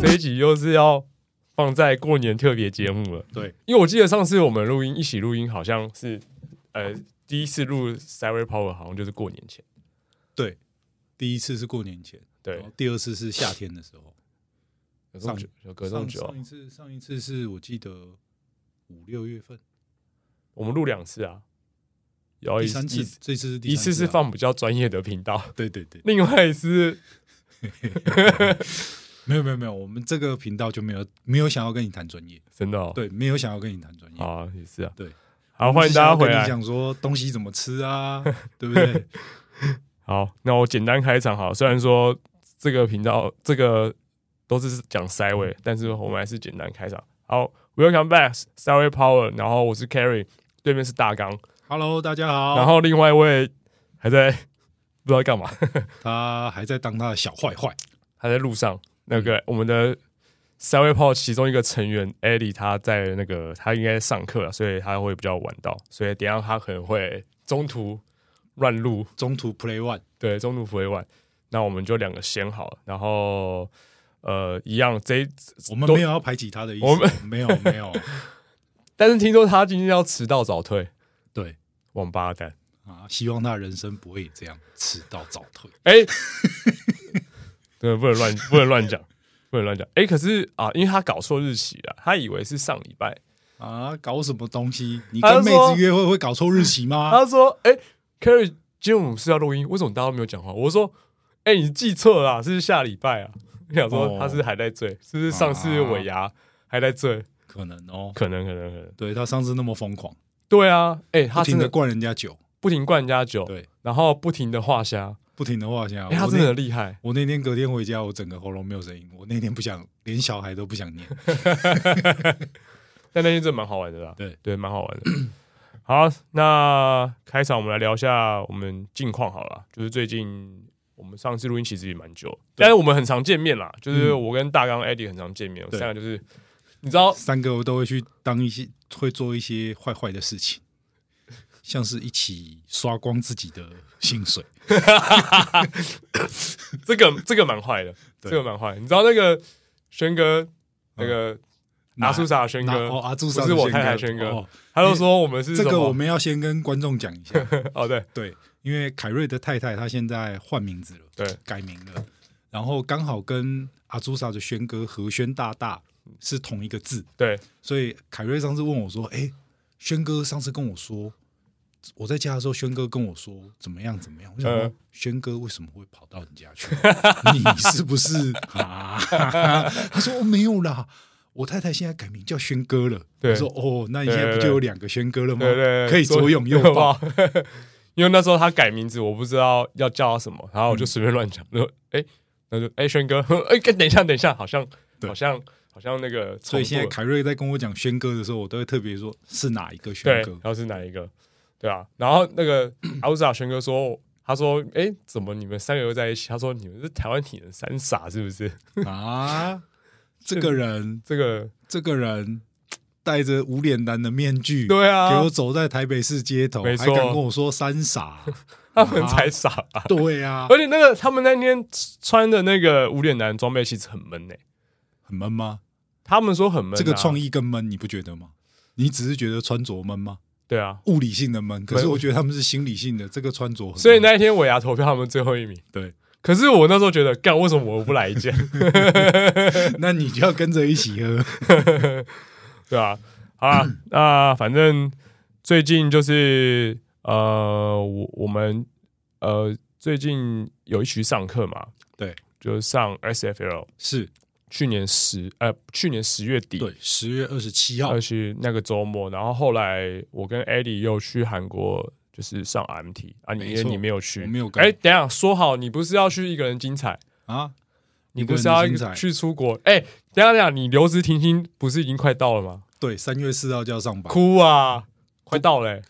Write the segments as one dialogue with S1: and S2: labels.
S1: 这一集又是要放在过年特别节目了，
S2: 对，
S1: 因为我记得上次我们录音一起录音，好像是呃第一次录 s i r e Power，好像就是过年前。
S2: 对，第一次是过年前，
S1: 对
S2: 然后，第二次是夏天的时候，
S1: 有这么久，有隔这么
S2: 哦上
S1: 久啊
S2: 上，一次上一次是我记得五六月份，
S1: 我们录两次啊，有
S2: 第
S1: 哦一
S2: 三次
S1: 一
S2: 这次是第
S1: 一
S2: 三
S1: 次是
S2: 啊，
S1: 放比较专业的频道，
S2: 对对对，
S1: 另外一次
S2: 没有没有没有，我们这个频道就没有没有想要跟你谈专业，
S1: 真的哦，
S2: 对，没有想要跟你谈专业，
S1: 啊也是啊，
S2: 对，
S1: 好欢迎大家回
S2: 我们只想要跟你
S1: 来。
S2: 讲说东西怎么 吃啊，对不对？
S1: 好，那我简单开场好了，虽然说这个频道这个都是讲 s i d e way，但是我们还是简单开场。好，Welcome back s i d e way Power，然后我是 Carry，对面是大纲，
S2: Hello，大家好。
S1: 然后另外一位还在不知道干嘛，
S2: 他还在当他的小坏坏，
S1: 他在路上。那个我们的 s i d e way Power 其中一个成员 Ellie，他在那个他应该上课了，所以他会比较晚到，所以等一下他可能会中途乱录。
S2: 中途 play one。
S1: 对，中途不会晚。那我们就两个先好了，然后呃，一样这一，
S2: 我们
S1: 都
S2: 没有要排挤他的意思，
S1: 我
S2: 我
S1: 们
S2: 们没有没有，
S1: 但是听说他今天要迟到早退，
S2: 对
S1: 王八蛋！
S2: 啊，希望他的人生不会也这样迟到早退。
S1: 哎、 对，不能乱，不能乱讲，不能乱讲。哎、可是啊，因为他搞错日期了，他以为是上礼拜，
S2: 啊，搞什么东西？你
S1: 他
S2: 跟
S1: 就
S2: 妹
S1: 说
S2: 子约会会搞错日期吗？
S1: 他说：“哎、c a r r y 今天我们是要录音，为什么大家都没有讲话？”我说：“哎、你记错了啊，是下礼拜啊。” 我想说
S2: 哦
S1: 他是还在醉，是不是上次尾牙还在醉？
S2: 可能哦。
S1: 啊可能，可能，可能。
S2: 对他上次那么疯狂，
S1: 对啊，哎、
S2: 不
S1: 他真
S2: 停的
S1: 的
S2: 灌人家酒，
S1: 不停灌人家酒，
S2: 对，
S1: 然后不停的画虾，
S2: 不停的画下。
S1: 哎、他
S2: 我
S1: 真的
S2: 那
S1: 很厉害。
S2: 我那天隔天回家，我整个喉咙没有声音。我那天不想，连小孩都 不想念。
S1: 但那天真的蛮好玩的啦，
S2: 对
S1: 对，蛮好玩的。好，那开场我们来聊一下我们近况好了，就是最近我们上次录音其实也蛮久，但是我们很常见面啦，就是我跟大纲 Eddie 很常见面，我们
S2: 对
S1: 三个就是你知 道
S2: 三个我都会去当一些，会做一些坏坏的事情，像是一起刷光自己的薪水。
S1: 这个这个蛮坏的，这
S2: 对
S1: 个蛮坏的，你知道那个轩哥那个
S2: 拿
S1: 阿苏萨轩
S2: 那
S1: 哥
S2: 啊哦，阿朱
S1: 不
S2: 莎
S1: 是我
S2: 轩
S1: 太太
S2: 哥
S1: 轩哥
S2: 哦，
S1: 他都说我们是
S2: 这
S1: 什
S2: 个
S1: 么
S2: 我们要先跟观众讲一下，
S1: 哦对
S2: 对，因为凯瑞的太太她现在换名字了，
S1: 对
S2: 改名了，然后刚好跟阿朱莎的轩哥和轩大大是同一个字，
S1: 对
S2: 所以凯瑞上次问我说：“哎、轩哥上次跟我说，我在家的时候，轩哥跟我说怎么样怎么样。”我想说
S1: 嗯，
S2: 轩哥为什么会跑到你家去？ 你是不是啊？他说：“哦，没有啦，我太太现在改名叫轩哥了。”
S1: 对
S2: 我说：“哦，那你
S1: 对
S2: 现在
S1: 对
S2: 不
S1: 对
S2: 就有两个轩哥了吗？
S1: 对对，
S2: 可以左拥右抱。
S1: 抱。因为那时候他改名字，我不知道要叫他什么，然后我
S2: 嗯
S1: 就随便乱讲，然后哎，那就哎，轩哥， 哎，等一下，等一下，好像
S2: 对
S1: 好像好像那个重复了，”
S2: 所以现在凯瑞在跟我讲轩哥的时候，我都会特别说是哪一个轩
S1: 对
S2: 哥，。
S1: 他是哪一个？对啊，然后那 个阿乌斯塔轩哥说，他说，哎，怎么你们三个又在一起？他说你们是台湾体能三傻是不是？
S2: 啊，这个人，
S1: 这个
S2: 这个人戴着无脸男的面具，
S1: 对
S2: 给
S1: 啊
S2: 我，走在台北市街头，
S1: 没
S2: 还
S1: 错
S2: 敢跟我说三傻，
S1: 他们才傻啊！
S2: 对 啊，
S1: 而且那个他们那天穿的那个无脸男装备其实很闷呢，欸
S2: 很闷吗？
S1: 他们说很闷啊，
S2: 这个创
S1: 意
S2: 意更闷，你不觉得吗？你只是觉得穿着闷吗？
S1: 对啊，
S2: 物理性的闷，可
S1: 没
S2: 是
S1: 有
S2: 我觉得他们是心理性的，这个穿着很闷，
S1: 所以那一天尾牙投票他们最后一名。
S2: 对，
S1: 可是我那时候觉得，干为什么我不来一件？
S2: 那你就要跟着一起喝。
S1: 对啊，好啦，那反正最近就是呃，我我们呃最近有一局上课嘛，
S2: 对，
S1: 就是上 SFL，
S2: 是
S1: 去年十呃去年十月底，
S2: 对，十月二十七号
S1: 二，十那个周末，然后后来我跟 Eddie 又去韩国。就是上 MT 啊，你
S2: 没错
S1: 你没有去，
S2: 我没有跟
S1: 哎、等一下说好，你不是要去一个人精彩，
S2: 啊，
S1: 你
S2: 一
S1: 不
S2: 个人
S1: 是要
S2: 的精彩
S1: 去出国？哎、等一下等一下，你留职停薪不是已经快到了吗？
S2: 对，三月四号就要上班，
S1: 哭啊，快到了欸、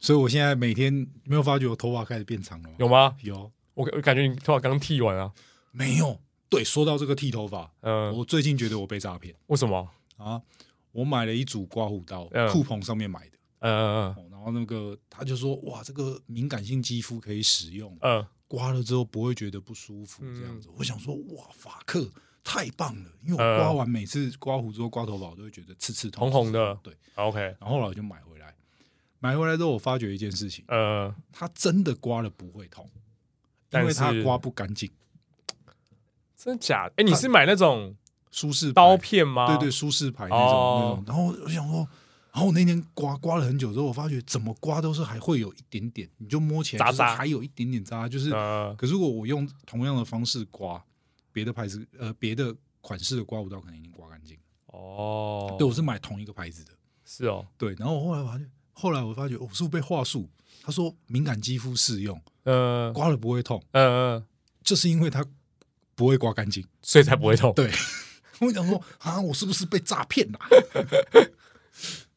S2: 所以我现在每天没有发觉我头发开始变长了吗？
S1: 有吗？
S2: 有，
S1: 我感我感觉你头发刚剃完啊，
S2: 没有。对，说到这个剃头发，
S1: 嗯、
S2: 我最近觉得我被诈骗
S1: 为什么？
S2: 啊！我买了一组刮胡刀
S1: 嗯，
S2: 酷棚上面买的。
S1: 嗯嗯
S2: 哦然后那个他就说：“哇，这个敏感性肌肤可以使用，
S1: 嗯
S2: 刮了之后不会觉得不舒服。”
S1: 嗯
S2: 这样子，我想说：“哇，法克太棒了！”因为我刮完每次刮胡之后刮头发，我都会觉得刺刺
S1: 嗯
S2: 痛、
S1: 红红的
S2: 对，
S1: 嗯，OK，
S2: 然后后来我就买回来，买回来之后我发觉一件事情，
S1: 呃，
S2: 它真的刮了不会痛，因
S1: 但
S2: 为它
S1: 是
S2: 刮不干净，
S1: 真的假的？哎、你是买那种
S2: 舒适牌
S1: 刀片吗？
S2: 对对，舒适牌那种、
S1: 哦
S2: 那种。然后我想说，然后我那天刮刮了很久之后，我发觉怎么刮都是还会有一点点，你就摸起来
S1: 渣
S2: 就是
S1: 渣
S2: 还有一点点渣，就是。
S1: 呃，
S2: 可是如果我用同样的方式刮，别的牌子呃别的款式的刮胡刀可能已经刮干净了。
S1: 哦，
S2: 对，我是买同一个牌子的。
S1: 是哦，
S2: 对，然后我后来发觉，后来我发觉哦我是不是被话术？他说敏感肌肤适用，
S1: 嗯
S2: 刮了不会痛，
S1: 嗯嗯，
S2: 就是因为它不会刮干净。
S1: 所以才不会痛。
S2: 对，我想说啊，我是不是被诈骗 啦？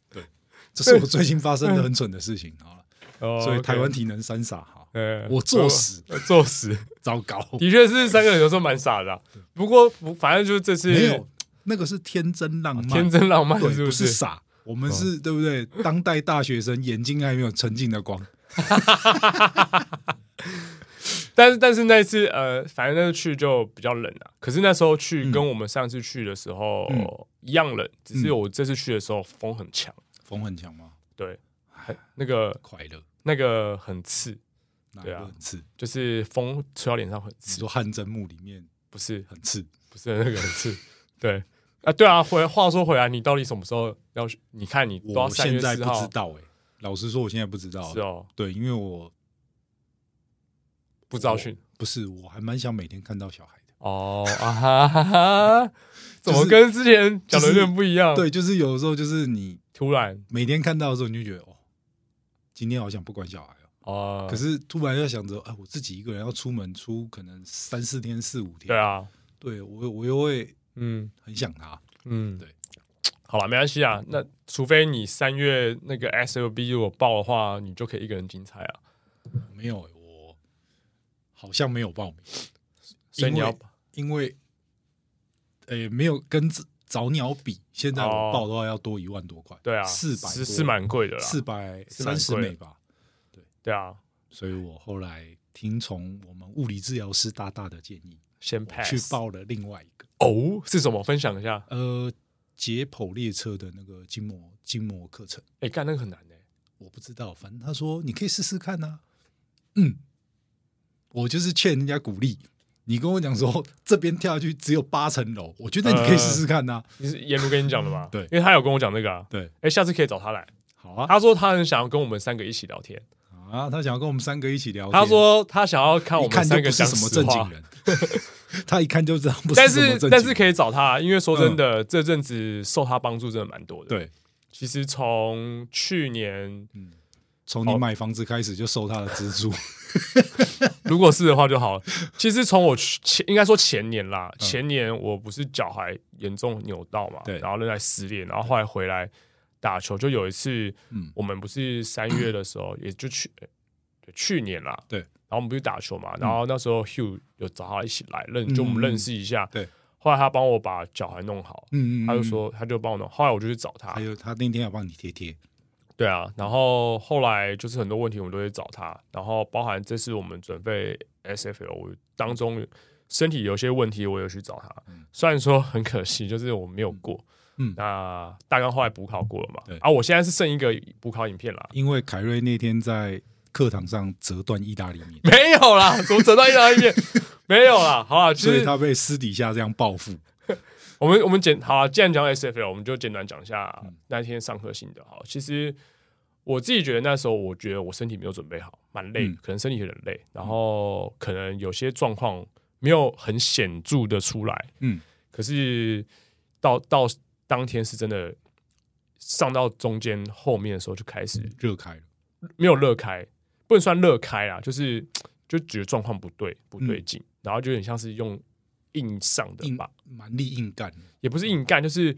S2: 对，这是我最近发生的很蠢的事情。好了，
S1: 哦
S2: 所以
S1: OK
S2: 台湾体能三傻 哈，
S1: 呃，
S2: 我作死，
S1: 我 作死，
S2: 糟糕，
S1: 的确是三个有时候蛮傻的啊、不过不反正就是这次
S2: 没有那个是天真浪漫，
S1: 哦天真浪漫，
S2: 对，
S1: 是
S2: 不
S1: 是？哦
S2: 傻。我们是对不对？当代大学生眼睛还没有沉浸的光，
S1: 但是但是那一次呃，反正那次去就比较冷啊。可是那时候去跟我们上次去的时候、
S2: 嗯
S1: 一样冷，只是
S2: 嗯
S1: 我这次去的时候风很强，
S2: 风很强吗？
S1: 对，很那个
S2: 快乐，
S1: 那个很刺，
S2: 哪
S1: 对啊
S2: 个很刺？
S1: 就是风吹到脸上很
S2: 你
S1: 刺，
S2: 说汗蒸木里面
S1: 不是
S2: 很刺，
S1: 不是那个很 刺，对。啊，对啊，回话说回来，你到底什么时候要去？你看你都要
S2: 我
S1: 三
S2: 现
S1: 月
S2: 在不
S1: 四
S2: 知
S1: 号，
S2: 道哎、老实说，我现在不知道。
S1: 是哦，
S2: 对，因为我
S1: 不知道去
S2: 不是，我还蛮想每天看到小孩的。
S1: 哦啊哈哈哈，怎么
S2: 就是
S1: 跟之前讲的有
S2: 就是
S1: 点不一样？
S2: 对，，就是有的时候就是你
S1: 突然
S2: 每天看到的时候，你就觉得哦，今天好想不管小孩哦。
S1: 哦，
S2: 可是突然又想着，哎，我自己一个人要出门出可能三四天、四五天，
S1: 对，啊，
S2: 对我我又会
S1: 嗯
S2: 很想他。
S1: 嗯，
S2: 对，
S1: 好了，没关系啊。那除非你三月那个 S L B 如果报的话，你就可以一个人精彩啊。
S2: 没有，我好像没有报名，
S1: 所以你要
S2: 因为因为，呃，没有跟早早鸟比，现在
S1: 哦
S2: 我报的话要多一万多块，
S1: 对啊，
S2: 四百
S1: 是是蛮贵的啦，
S2: 四百
S1: 是蛮
S2: 三十
S1: 贵的
S2: 美吧。
S1: 对啊，
S2: 所以我后来听从我们物理治疗师大大的建议，
S1: 先
S2: 我去
S1: pass
S2: 报了另外一个，
S1: 哦，是什么？分享一下。
S2: 呃，解剖列车的那个筋膜筋膜课程，
S1: 哎，干那个很难呢。
S2: 我不知道，反正他说你可以试试看呐、嗯，我就是劝人家鼓励。你跟我讲说这边跳下去只有八层楼，我觉得你可以试试看呐、啊
S1: 你是严如跟你讲的吗？
S2: 嗯对
S1: 因为他有跟我讲这个啊。
S2: 对，
S1: 哎，下次可以找他来。
S2: 好啊，
S1: 他说他很想要跟我们三个一起聊天。
S2: 啊，他想要跟我们三个一起聊天，
S1: 他说他想要看我
S2: 一
S1: 们
S2: 看
S1: 三个
S2: 就不是
S1: 讲
S2: 什么
S1: 实
S2: 正
S1: 话
S2: 经。人， 他一看就知道不
S1: 但
S2: 什么正
S1: 是
S2: 经人。嗯
S1: 但是可以找他，啊因为说真的，这阵子受他帮助真的蛮多的。，
S2: 对，
S1: 其实从去年
S2: 嗯，从你买房子开始就收他的资助，
S1: 如果是的话就好 了。其实从我去前应该说前年啦，前年我不是脚踝严重扭到嘛，
S2: 嗯对
S1: 然后韧带撕裂，然后后来回来打球，就有一次，
S2: 嗯
S1: 我们不是三月的时 候，也就去呃对去年啦，
S2: 对
S1: 然后我们不是打球嘛，然后那时候 Hugh 有找他一起来认，就我们
S2: 嗯
S1: 认识一下，
S2: 对。
S1: 后来他帮我把脚踝弄好，
S2: 嗯嗯，嗯
S1: 他就，说他就帮我弄，后来我就去找他
S2: 还，有他那天要帮你贴贴，
S1: 对啊，然后后来就是很多问题我们都会找他，然后包含这次我们准备 SFL 我当中身体有些问题，我有去找他。虽然说很可惜，就是我没有过。
S2: 嗯
S1: 那大纲后来补考过了嘛
S2: 对？
S1: 啊，我现在是剩一个补考影片啦，
S2: 因为凯瑞那天在课堂上折断意大利面，
S1: 没有啦，怎么折到一张一片？ 没有啦，好啦，其
S2: 所以
S1: 实
S2: 他被私底下这样报复。
S1: 我们我们简好啊，既然讲到 SFL，我们就简单讲一下
S2: 嗯
S1: 那天上课心得。好，其实我自己觉得那时候，我觉得我身体没有准备好，蛮累，
S2: 嗯
S1: 可能身体有点累，然后可能有些状况没有很显著的出来，
S2: 嗯，
S1: 可是到到当天是真的上到中间后面的时候就开始
S2: 热开了，
S1: 没有热开，不能算热开啊，就是就觉得状况不对不对劲，然后就有点像是用硬上的
S2: 嗯硬
S1: 吧，
S2: 蛮力硬干，
S1: 也不是硬干，就是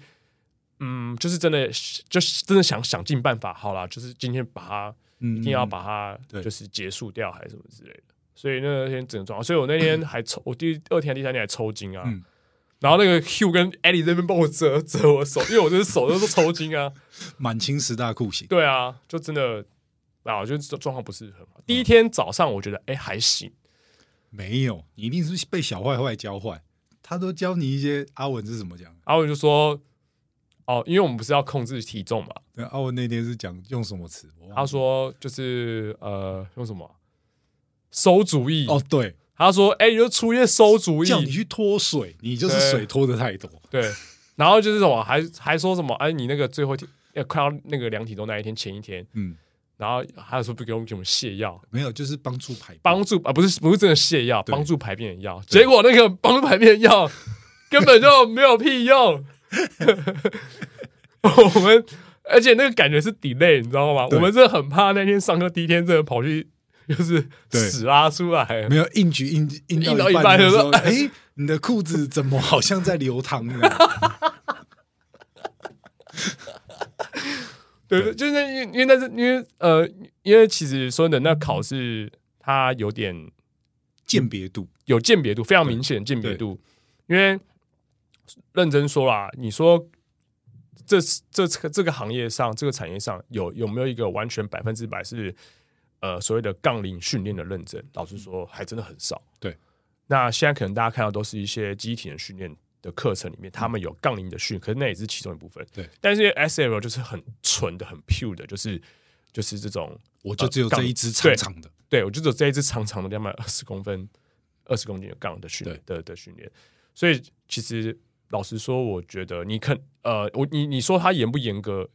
S1: 嗯，就是真的，就是真的想想尽办法，好啦，就是今天把它
S2: 嗯
S1: 一定要把它
S2: 对
S1: 就是结束掉，还是什么之类的。所以那天整个状况，所以我那天还抽，我第二天、第三天还抽筋啊。
S2: 嗯
S1: 然后那个 Hugh 跟 Eddie 这边帮我折折我手，因为我这手都是抽筋啊。
S2: 满清十大酷刑，
S1: 对啊，就真的啊，我觉得状况不是很好。第一天早上我觉得哎、还行，
S2: 没有，你一定是被小坏坏教坏，他都教你一些阿文是怎么讲的。
S1: 然后我就说哦，因为我们不是要控制体重嘛，
S2: 对阿文那天是讲用什么词？我忘了
S1: 他说就是呃用什么啊馊主意
S2: 哦，对，
S1: 他说哎、你就出一些馊主意，
S2: 叫你去拖水，你就是
S1: 对
S2: 水拖的太多。
S1: 对，然后就是什么，还还说什么，哎，你那个最后一天要快要那个量体重那一天前一天，
S2: 嗯，
S1: 然后还有说不给我们给我们泻药，
S2: 没有，就是帮助排便
S1: 帮助啊，不是不是真的泻药，
S2: 对
S1: 帮助排便的药，结果那个帮助排便的 药根本就没有屁用， 我们而且那个感觉是 delay，你知道吗？
S2: 对
S1: 我们真的很怕那天上课第一天真的跑去就是
S2: 对
S1: 屎拉出来，
S2: 没有硬举硬硬
S1: 硬到
S2: 到
S1: 一
S2: 一
S1: 半
S2: 半
S1: 就
S2: 的时
S1: 说
S2: 候，哎、你的裤子怎么好像在流淌呢？
S1: 对对，就是因为因为那是因为呃，因为其实说真的那考试它有点。
S2: 鉴别度，
S1: 有鉴别度，非常明显鉴别度。因为认真说啦，你说这这这个行业上，这个产业上有有没有一个完全百分之百是呃所谓的杠铃训练的认证？老实说，还真的很少。
S2: 对，
S1: 那现在可能大家看到都是一些机体的训练的课程里面，他们有杠铃的训，可是那也是其中一部分。
S2: 对，
S1: 但是 S L 就是很纯的、很 pure 的，就是就是这种
S2: 我就只有
S1: 呃杠
S2: 这一只长长的，
S1: 对我就只有这一只长长的两百二十公分、二十公斤的杠的训练的的训练，所以其实老实说，我觉得你肯呃，我你你说它严不严格？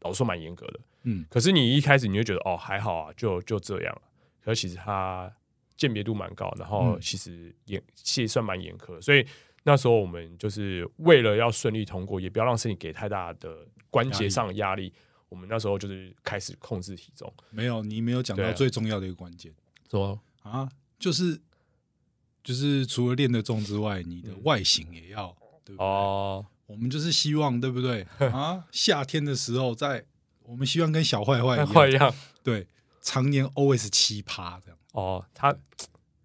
S1: 老实说蛮严格的，
S2: 嗯，
S1: 可是你一开始你会觉得哦还好啊，就就这样、啊，可是其实它鉴别度蛮高，然后
S2: 嗯
S1: 其实严其实算蛮严苛的，所以那时候我们就是为了要顺利通过，也不要让身体给太大的关
S2: 压
S1: 节
S2: 力
S1: 上的压力，我们那时候就是开始控制体重，
S2: 没有，你没有讲
S1: 对
S2: 到
S1: 啊
S2: 最重要的一个关键
S1: 说
S2: 啊，就是就是除了练得重之外，你的外形也要，对不对？
S1: 哦，
S2: 我们就是希望，对不对啊？夏天的时候在，我们希望跟小坏坏
S1: 那
S2: 一
S1: 坏一
S2: 样，
S1: 样。
S2: 对，常年 always 奇葩这样，
S1: 哦，他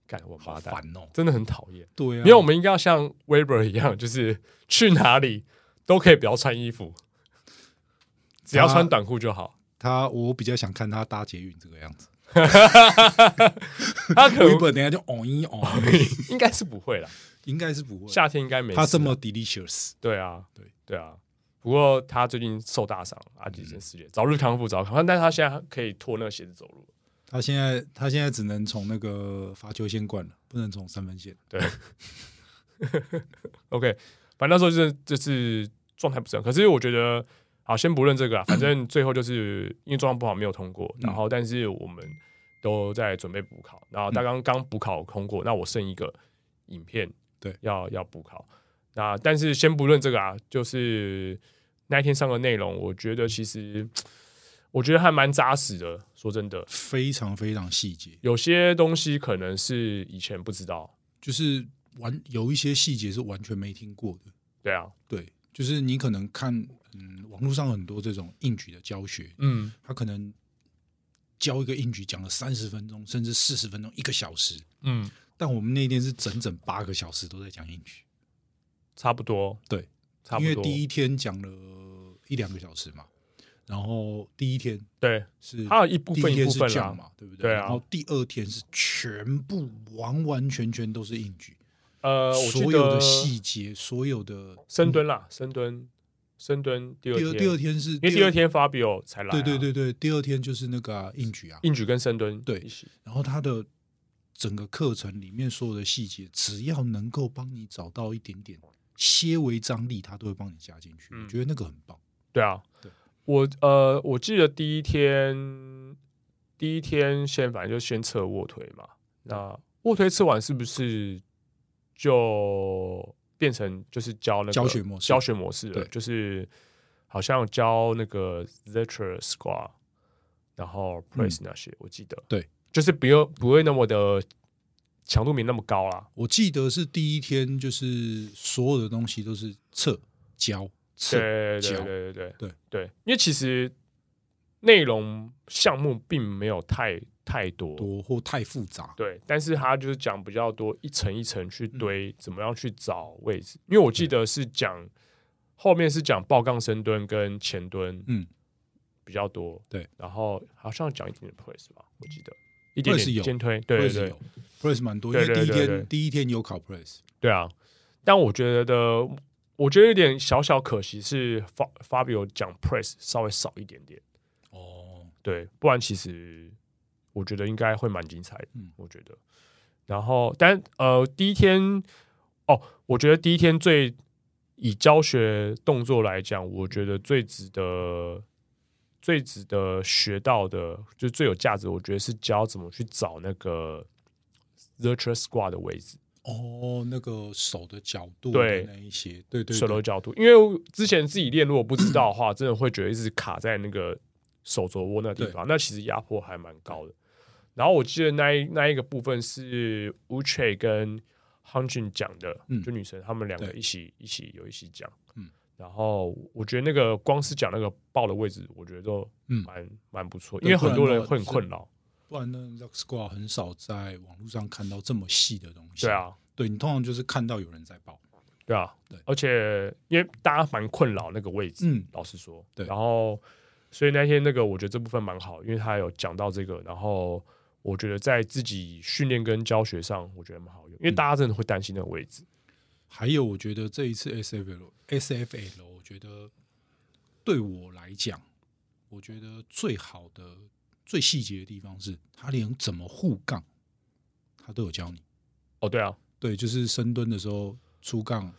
S1: 干王
S2: 好
S1: 八蛋，
S2: 烦哦。
S1: 真的很讨厌。
S2: 对啊，
S1: 因为我们应该要像 Weber 一样，就是去哪里都可以不要穿衣服，只要穿短裤就好。
S2: 他，我比较想看他搭捷运这个样子。
S1: 他可
S2: 我一
S1: 能
S2: 本等一下就哦一哦一，
S1: 应该是不会啦，
S2: 应该是不会。
S1: 夏天应该没事。
S2: 他这么 delicious，
S1: 对啊，
S2: 对
S1: 对啊。不过他最近受大伤，阿吉
S2: 嗯
S1: 真撕裂，早日康复，早日康复。但是他现在可以脱那个鞋子走路。
S2: 他现在他现在只能从那个罚球线灌了，不能从三分线。
S1: 对，OK，反正那时候就是就是状态不是很，可是我觉得好，先不论这个啊，反 正最后就是因为状况不好没有通过，然
S2: 嗯
S1: 后但是我们都在准备补考，然后大刚刚补考通过，那我剩一个影片，
S2: 对
S1: 要要补考，那但是先不论这个啊，就是那一天上的内容，我觉得其实我觉得还蛮扎实的，说真的，
S2: 非常非常细节，
S1: 有些东西可能是以前不知道，
S2: 就是完有一些细节是完全没听过的。
S1: 对啊，
S2: 对，就是你可能看，嗯，网络上很多这种硬举的教学，
S1: 嗯。
S2: 他可能教一个硬举讲了三十分钟，甚至四十分钟，一个小时。
S1: 嗯，
S2: 但我们那天是整整八个小时都在讲硬举，
S1: 差不多，
S2: 对，
S1: 差不
S2: 因
S1: 多。
S2: 为第一天讲了一两个小时嘛，然后第一天
S1: 对，
S2: 是
S1: 它有一部
S2: 第
S1: 分
S2: 一
S1: 一部
S2: 天是
S1: 分啦
S2: 降，嘛，对不对？
S1: 对啊
S2: 然后第二天是全部完完全全都是硬举，
S1: 呃，我记
S2: 所有
S1: 得
S2: 的细节，所有的
S1: 深蹲啦，深蹲，深蹲第二
S2: 第
S1: 天
S2: 二，第二天是因
S1: 因为第二，天 Fabio 才来、啊
S2: 对对，对对，第二天就是那个、啊、硬举啊，
S1: 硬举跟深蹲
S2: 对
S1: 一起，
S2: 然后他的整个课程里面所有的细节，只要能够帮你找到一点点些微张力，他都会帮你加进去。
S1: 嗯
S2: 我觉得那个很棒。
S1: 对啊，
S2: 对
S1: 我呃，我记得第一天，第一天先反正就先测卧推嘛，那卧推测完是不是就变成就是教那个
S2: 教学模式
S1: 教学模式了，
S2: 对
S1: 就是好像教那个 Zetra Squat，然后 Press 那些，我记得
S2: 嗯对，
S1: 就是不用不会那么的强度没那么高啦，
S2: 我记得是第一天，就是所有的东西都是测教测，
S1: 对对
S2: 教
S1: 对对对
S2: 对
S1: 对，因为其实内容项目并没有太太多，
S2: 多或太复杂。
S1: 对，但是他就是讲比较多一层一层去
S2: 嗯
S1: 堆，怎么样去找位置。因为我记得是讲后面是讲爆杠深蹲跟前蹲，
S2: 嗯，
S1: 比较多。
S2: 对，
S1: 然后好像讲一点点 press 吧，我记得一点
S2: Press 有
S1: 点肩推，对对
S2: press
S1: 对
S2: 有 press 蛮多，因
S1: 对
S2: 为第一
S1: 对对对
S2: 天第一天有考 press，
S1: 对啊。但我觉得，我觉得有点小小可惜是发发表讲 press 稍微少一点点，
S2: 哦，
S1: 对，不然其实我觉得应该会蛮精彩的，
S2: 嗯
S1: 我觉得。然后，但呃，第一天哦，我觉得第一天最以教学动作来讲，我觉得最值得、最值得学到的，就最有价值，我觉得是教怎么去找那个 virtual squat 的位置。
S2: 哦，那个手的角度
S1: 对
S2: 的那一些，对对
S1: 手
S2: 对
S1: 肘，角度，因为我之前自己练，如果不知道的话，真 的会觉得一直卡在那个手肘窝那地方，那其实压迫还蛮高的。然后我记得那一那一个部分是 Uche 跟 Hunjin 讲的，
S2: 嗯
S1: 就女生她们两个
S2: 对
S1: 一起一起有一起讲，
S2: 嗯
S1: 然后我觉得那个光是讲那个抱的位置，我觉得都
S2: 嗯
S1: 蛮、蛮不错，因
S2: 对
S1: 为很多
S2: 不然
S1: 人
S2: 的话
S1: 会很
S2: 就是
S1: 困扰，
S2: 不然呢 l u x squat 很少在网络上看到这么细的东西。
S1: 对，啊，
S2: 对你通常就是看到有人在报，
S1: 对啊，
S2: 对
S1: 而且因为大家蛮困扰那个位置，
S2: 嗯
S1: 老实说，
S2: 对
S1: 然后所以那天那个我觉得这部分蛮好，因为他有讲到这个，然后我觉得在自己训练跟教学上，我觉得蛮好用，因为大家真的会担心那个位置，
S2: 还有我觉得这一次 SFL SFL，我觉得对我来讲，我觉得最好的、最细节的地方是，他连怎么护杠，他都有教你。
S1: 哦，对啊，
S2: 对，就是深蹲的时候出杠、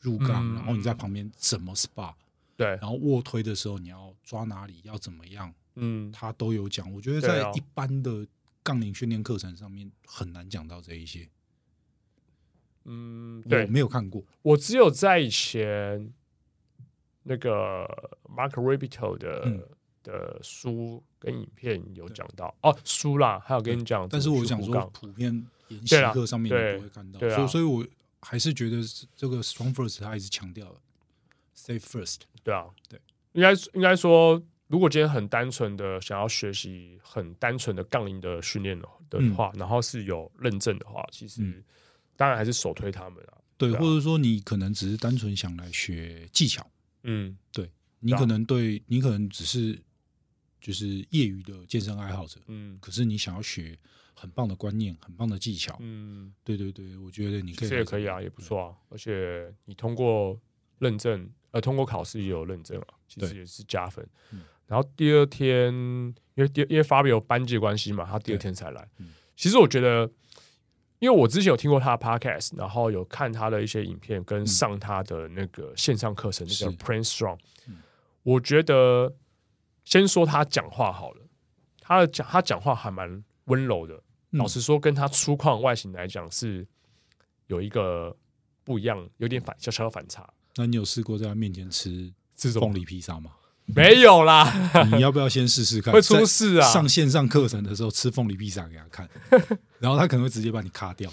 S2: 入杠，
S1: 嗯
S2: 然后你在旁边怎么 SPA，
S1: 对，
S2: 然后卧推的时候你要抓哪里，要怎么样，
S1: 嗯，
S2: 他都有讲。我觉得
S1: 对
S2: 在
S1: 啊
S2: 一般的杠铃训练课程上面很难讲到这一些，
S1: 嗯，
S2: 我
S1: 对
S2: 没有看过。
S1: 我只有在以前那个 Mark Ribito 的、
S2: 嗯
S1: 的书跟影片有讲到，哦，书啦，还有跟你讲怎么去护杠，
S2: 但是我想说，普遍研习
S1: 对啦
S2: 课上面
S1: 对
S2: 你不会看到，
S1: 对啊
S2: 所以所以我还是觉得是这个 strong first 他一直强调了 safe first，
S1: 对啊，
S2: 对，
S1: 应该应该说，如果今天很单纯的想要学习很单纯的杠铃的训练的的话，然后是有认证的话，其实、
S2: 嗯
S1: 当然还是首推他们啊。
S2: 对，
S1: 对啊
S2: 或者说你可能只是单纯想来学技巧，
S1: 嗯，
S2: 你
S1: 对啊
S2: 可能对你可能只是就是业余的健身爱好者，
S1: 嗯
S2: 可是你想要学很棒的观念、很棒的技巧，
S1: 嗯，
S2: 对对对，我觉得你
S1: 其
S2: 可以嗯
S1: 实
S2: 来
S1: 也
S2: 这
S1: 可以
S2: 边
S1: 啊，也不错啊。而且你通过认证，呃，通过考试也有认证啊，其实
S2: 对
S1: 也是加分
S2: 嗯。
S1: 然后第二天，因为第因为发表班级关系嘛，他第二
S2: 对
S1: 天才来
S2: 嗯。
S1: 其实我觉得，因为我之前有听过他的
S2: 嗯
S1: podcast，然后有看他的一些影片，跟上他的那个线上课程那个
S2: 是
S1: p r i n c e Strong，
S2: 嗯
S1: 我觉得先说他讲话好了，他的讲他讲话还蛮温柔的，
S2: 嗯
S1: 老实说，跟他粗犷外形来讲是有一个不一样，有点反小小的反差。
S2: 那你有试过在他面前吃
S1: 这种
S2: 凤梨披 萨吗？
S1: 没有啦，
S2: 你要不要先试试看？
S1: 会出事啊
S2: 嗯在上线上课程的时候吃凤梨披萨给他 看，然后他可能会直接把你卡掉。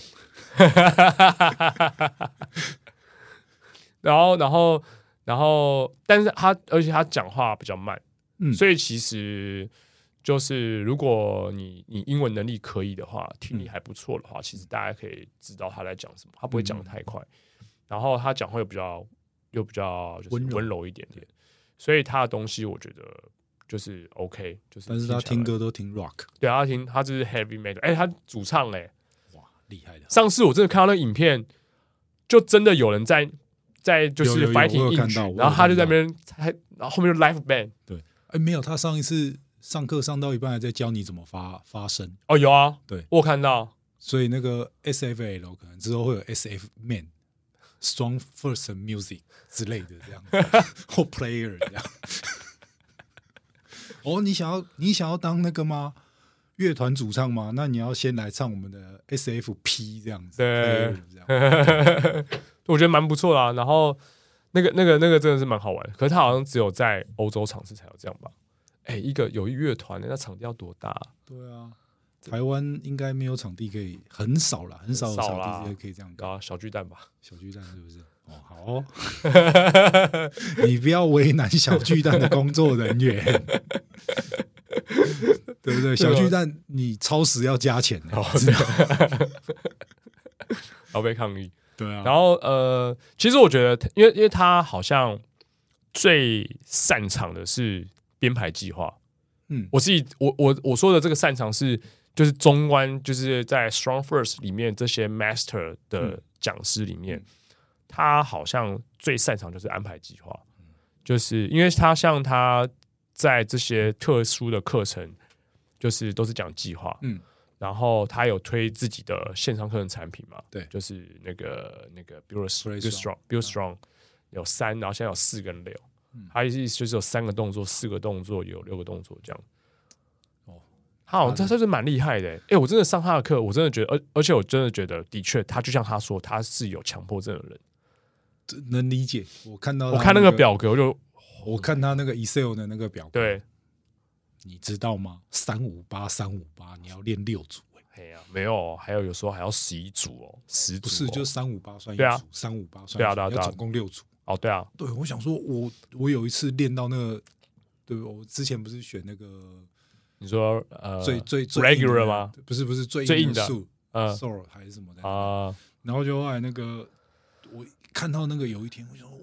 S1: 然后，然后，然后，但是他而且他讲话比较慢，
S2: 嗯
S1: 所以其实就是如果你你英文能力可以的话，听
S2: 嗯
S1: 力还不错的话，其实大家可以知道他在讲什么，他不会讲
S2: 嗯
S1: 的太快，然后他讲话又比较又比较就是
S2: 温柔
S1: 温柔一点点，所以他的东西我觉得就是 OK，就是
S2: 但是他
S1: 起来
S2: 听歌都听 rock，
S1: 对他听他就是 heavy metal，哎、他主唱嘞、
S2: 哇，厉害的。
S1: 上次我真的看到那个影片，就真的有人在在就
S2: 有
S1: 是
S2: 有有
S1: fighting
S2: 我有
S1: 硬
S2: 看
S1: 举
S2: 到我，有
S1: 然后他就在
S2: 看到
S1: 那边，还然后后面就 live band，
S2: 哎，没有，他上一次上课上到一半还在教你怎么发发声，
S1: 哦有啊，
S2: 对
S1: 我有看到，
S2: 所以那个 SFL 可能之后会有 SF Man、Strong First and Music 之类的这样， 或 Player 这样。 哦，你想要你想要当那个吗？乐团主唱吗？那你要先来唱我们的 SFP 这样子，
S1: 对
S2: player 这样。
S1: 我觉得蛮不错啦。然后那个那个那个真的是蛮好玩的，可是他好像只有在欧洲场次才有这样吧？哎、一个有一乐团的，那场地要多大、啊？
S2: 对啊，台湾应该没有场地可以，很少啦，很少有
S1: 很少
S2: 场
S1: 啦
S2: 地可以这样
S1: 然
S2: 搞。
S1: 后小巨蛋吧，
S2: 小巨蛋是不是？哦，好 哦， 你不要为难小巨蛋的工作人员。对不对？啊小巨蛋你超时要加钱的
S1: 哦，，对， 然后被抗议。
S2: 对啊，
S1: 然后呃，其实我觉得他，因为因为他好像最擅长的是编排计划。
S2: 嗯
S1: 我自己我我我说的这个擅长是，就是中观就是在 Strong First 里面这些 Master 的讲师里面，
S2: 嗯
S1: 他好像最擅长就是安排计划，就是因为他像他在这些特殊的课程，就是都是讲计划，
S2: 嗯
S1: 然后他有推自己的线上课程产品嘛？
S2: 对
S1: 就是那个那个 Build
S2: Build
S1: Strong- Build Strong Build Strong 有三，然后现在有四跟六
S2: 嗯，
S1: 他意思就是有三个动作、四个动作、有六个动作这样。
S2: 哦，
S1: 他好像
S2: 他
S1: 他
S2: 的
S1: 算是蛮厉害的、欸。哎，我真的上他的课，我真的觉得，而而且我真的觉得，的确，他就像他说，他是有强迫症的人。
S2: 这能理解。我看到
S1: 我
S2: 他
S1: 看那
S2: 个哦
S1: 个，表格，我就
S2: 我看他那个 Excel 的那个表，，
S1: 对，
S2: 你知道吗？三五八三五八，你要练六组、欸，
S1: 哎呀，没有，还有有时候还要十一组哦，十组、
S2: 不
S1: 哦、
S2: 是就三五八算一
S1: 对啊
S2: 组，三五八算
S1: 对
S2: 一
S1: 啊
S2: 组，
S1: 对啊对啊
S2: 要总共六组。
S1: 哦，对啊，
S2: 对，我想说我，我有一次练到那个，对我之前不是选那个
S1: 你说呃，
S2: 最、最最硬的
S1: regular
S2: 那个
S1: 吗？？
S2: 不是不是最
S1: 最
S2: 硬
S1: 硬
S2: 的
S1: 的
S2: 数
S1: 嗯
S2: s o r 还是什么的
S1: 啊，
S2: 然后就后来那个我看到那个有一天，我想说，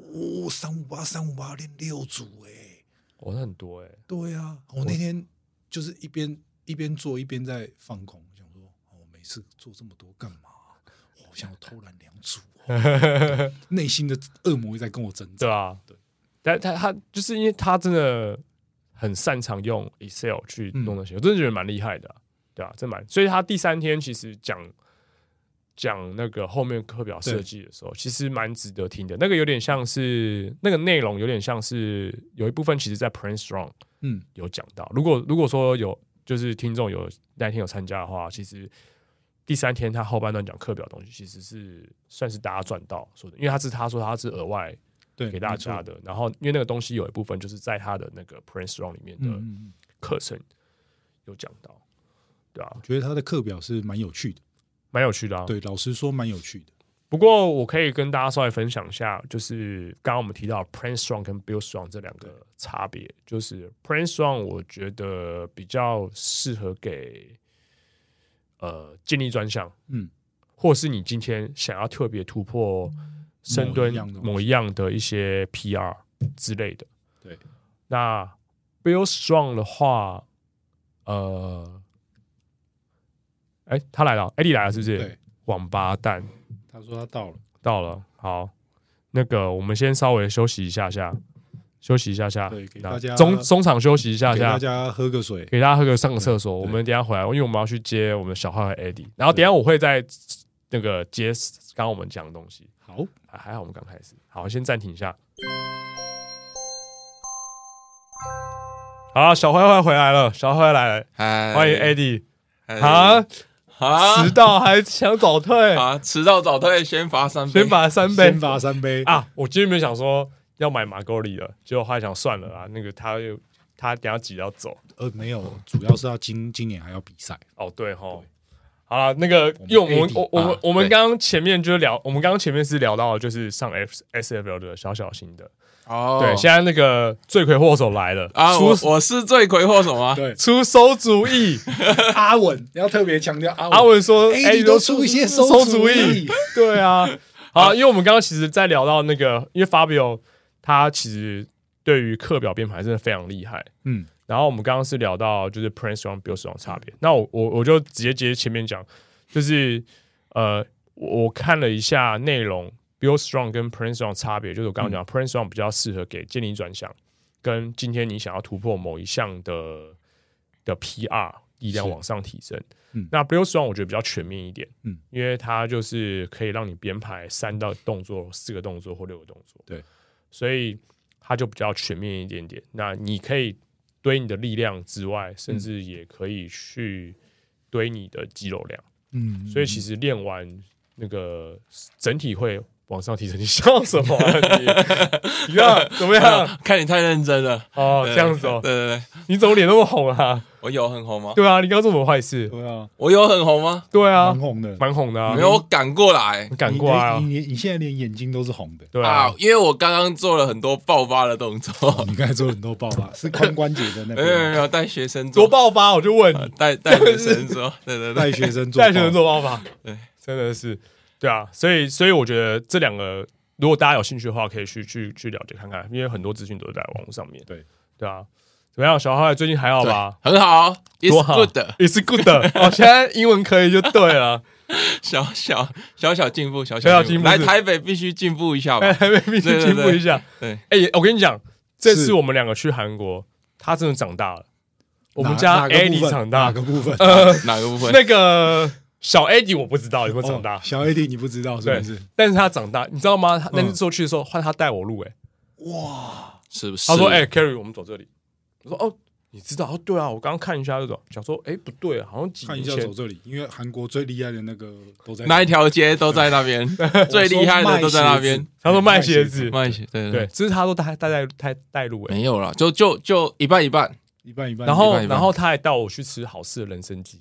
S2: 哦，三五八三五八练六组哎、
S1: 我那很多哎。
S2: 对啊，我那天就是一边一边做一边在放空，想说，哦我每次做这么多干嘛？我想偷懒两组、哦， 内心的恶魔也在跟我挣扎。
S1: 对啊，对，但他他就是因为他真的很擅长用 Excel 去弄那些，我真的觉得蛮厉害的啊、对啊，真蛮。所以他第三天其实讲讲那个后面课表设计的时候，其实蛮值得听的。那个有点像是那个内容，有点像是有一部分其实在 Prince Strong
S2: 嗯，
S1: 有讲到。如果如果说有就是听众有那天有参加的话，其实第三天他后半段讲课表的东西，其实是算是大家赚到说的，因为他是他说他是额外
S2: 对，
S1: 给大
S2: 没错
S1: 家。的。然后因为那个东西有一部分就是在他的那个 Prince Run 里面
S2: 嗯
S1: 的
S2: 嗯嗯，
S1: 课程有讲到，对啊
S2: 我，觉得他的课表是蛮有趣的。
S1: 蛮有趣的啊。
S2: 对，老实说蛮有趣的。
S1: 不过我可以跟大家稍微分享一下，就是刚刚我们提到 Prince Strong 跟 Bill Strong 这两个差别，就是 Prince Strong 我觉得比较适合给呃建立专项，
S2: 嗯，
S1: 或是你今天想要特别突破深蹲
S2: 某一样的东西
S1: 某一样的一些 PR 之类的。
S2: 对，
S1: 那 Bill Strong 的话，呃，哎，他来了，Eddie 来了，是不是？
S2: 对，
S1: 王八蛋
S2: 他说他到了，
S1: 到了，好，那个我们先稍微休息一下下，休息一下下，
S2: 对给
S1: 那
S2: 大家
S1: 中中场休息一下
S2: 给
S1: 下
S2: 大，家喝个水。
S1: 给大家喝个上个厕所。
S2: 对
S1: 我们等一下回来，因为我们要去接我们的小浩和 Eddie，然后等一下我会在那个接刚刚我们讲的东西。
S2: 好，
S1: 啊还好我们刚开始，好，先暂停一下。好，小坏坏回来了，小坏坏来了，
S3: 嗨，
S1: 欢迎哎 Eddie
S3: 嗨
S1: 啊！
S3: 啊
S1: 迟到还想早退，
S3: 啊！迟到早退，先罚三杯。
S1: 先把三杯
S2: 先罚三杯，
S1: 啊！我今天本想说要买马格里的，结果后来想算了啊，那个他又他等下急着要走。
S2: 呃，没有，主要是要今今年还要比赛。
S1: 哦，对吼。好了，那个，因为我们
S2: AD
S1: 我我们
S3: 啊
S1: 我们
S3: 对
S1: 刚刚前面就是聊，我们刚刚前面是聊到就是上 S S F L 的小小心的，
S3: 哦，
S1: 对，现在那个罪魁祸首来了
S3: 啊，
S1: 出
S3: 我我是罪魁祸首
S1: 啊
S3: 吗？
S2: 对，
S1: 出馊主意。
S2: 阿稳要特别强调阿
S1: 阿文说：“
S2: 哎
S1: 哎，
S2: 你
S1: 你
S2: 都出一些馊
S1: 馊
S2: 主
S1: 意
S2: 意。”
S1: 对啊，好，因为我们刚刚其实，在聊到那个，因为 Fabio 他其实对于课表编排真的非常厉害。
S2: 嗯，
S1: 然后我们刚刚是聊到就是 Prince Strong、Bill Strong 差别，那我我我就直接接前面讲，就是呃，我我看了一下内容，Bill Strong 跟 Prince Strong 差别，就是我刚
S2: 嗯
S1: 刚讲、Prince Strong 比较适合给建立转向，跟今天你想要突破某一项的的 PR 力量
S2: 是
S1: 往上提升。
S2: 嗯
S1: 那 Bill Strong 我觉得比较全面一点，
S2: 嗯，
S1: 因为它就是可以让你编排三到动作、四个动作或六个动作，
S2: 对，
S1: 所以它就比较全面一点点。那你可以堆你的力量之外，甚至也可以去堆你的肌肉量，
S2: 嗯，
S1: 所以其实练完那个整体会往上提升，你笑什么、啊？你你看怎么样？
S3: 看你太认真了。
S1: 哦，
S3: 对
S1: 这样子哦，
S3: 对对对，
S1: 你怎么脸那么红啊？
S3: 我有很红吗？
S1: 对啊，你刚做什么坏事？
S2: 对啊，
S3: 我有很红吗？
S1: 对啊
S2: 蛮，红的，
S1: 蛮红的啊，
S3: 没有，我赶过来
S1: 你敢过来
S2: 你
S1: 啊？
S2: 你你你现在连眼睛都是红的，
S1: 对啊哦
S3: 啊，，因为我刚刚做了很多爆发的动作。
S2: 你刚才说很多爆发，是髋关节的那
S3: 没
S1: 哎
S3: 有没有
S2: 边
S3: 没有，带学生
S1: 多
S3: 做，
S1: 爆发，我就问
S3: 呃
S1: 你，
S3: 带带学 生做，对对
S2: 带
S3: 对，
S2: 学生做
S1: 带学生
S2: 爆
S1: 做爆发，
S3: 对，
S1: 真的是，对啊，所以所以我觉得这两个，如果大家有兴趣的话，可以去去去了解看看，因为很多资讯都在网络上面，
S2: 对
S1: 对啊，怎么样？小浩最近还好吧？
S3: 对很好
S1: 多
S3: ，It's
S1: 好
S3: good，
S1: It's good 哦，现在英文可以就对了，
S3: 小小小小进步，小
S1: 小小进步
S3: 来
S1: 是
S3: 台北必须进步一下
S1: 哎，
S3: 吧。
S1: 还没必须进步一下。
S3: 对，
S1: 哎、我跟你讲，这
S2: 是
S1: 次我们两个去韩国，他真的长大了。我们
S2: 哪
S1: 家
S2: 哪个部
S1: Eddie
S2: 分
S1: 长大
S2: 哪，个 部分？
S3: 哪个部分？
S1: 那个小 Eddie 我不知道有没有长大，
S2: 哦小 AD 你不知道是
S1: 对
S2: 不是？，
S1: 但是他长大，你知道吗？他那
S2: 嗯
S1: 时候去的时候，换他带我路，哎，
S3: 是不是？
S1: 他说：“哎、c a r r y 我们走这里。”我说：“哦，你知道？哦，对啊，我刚看一下这种，想说，哎、不对，好像几
S2: 看一
S1: 年
S2: 下
S1: 前
S2: 走，这里，因为韩国最厉害的那个都在
S3: 那一条街都在那边， 最厉害的都在那边。
S1: 他说卖鞋
S2: 鞋
S1: 子，
S3: 卖血，对
S1: 对，，这是他说带带带带带路，哎，
S3: 没有啦，就就就一半一半
S2: 一半一半。
S1: 然后
S3: 一半
S1: 然后他还带我去吃好吃的人参鸡，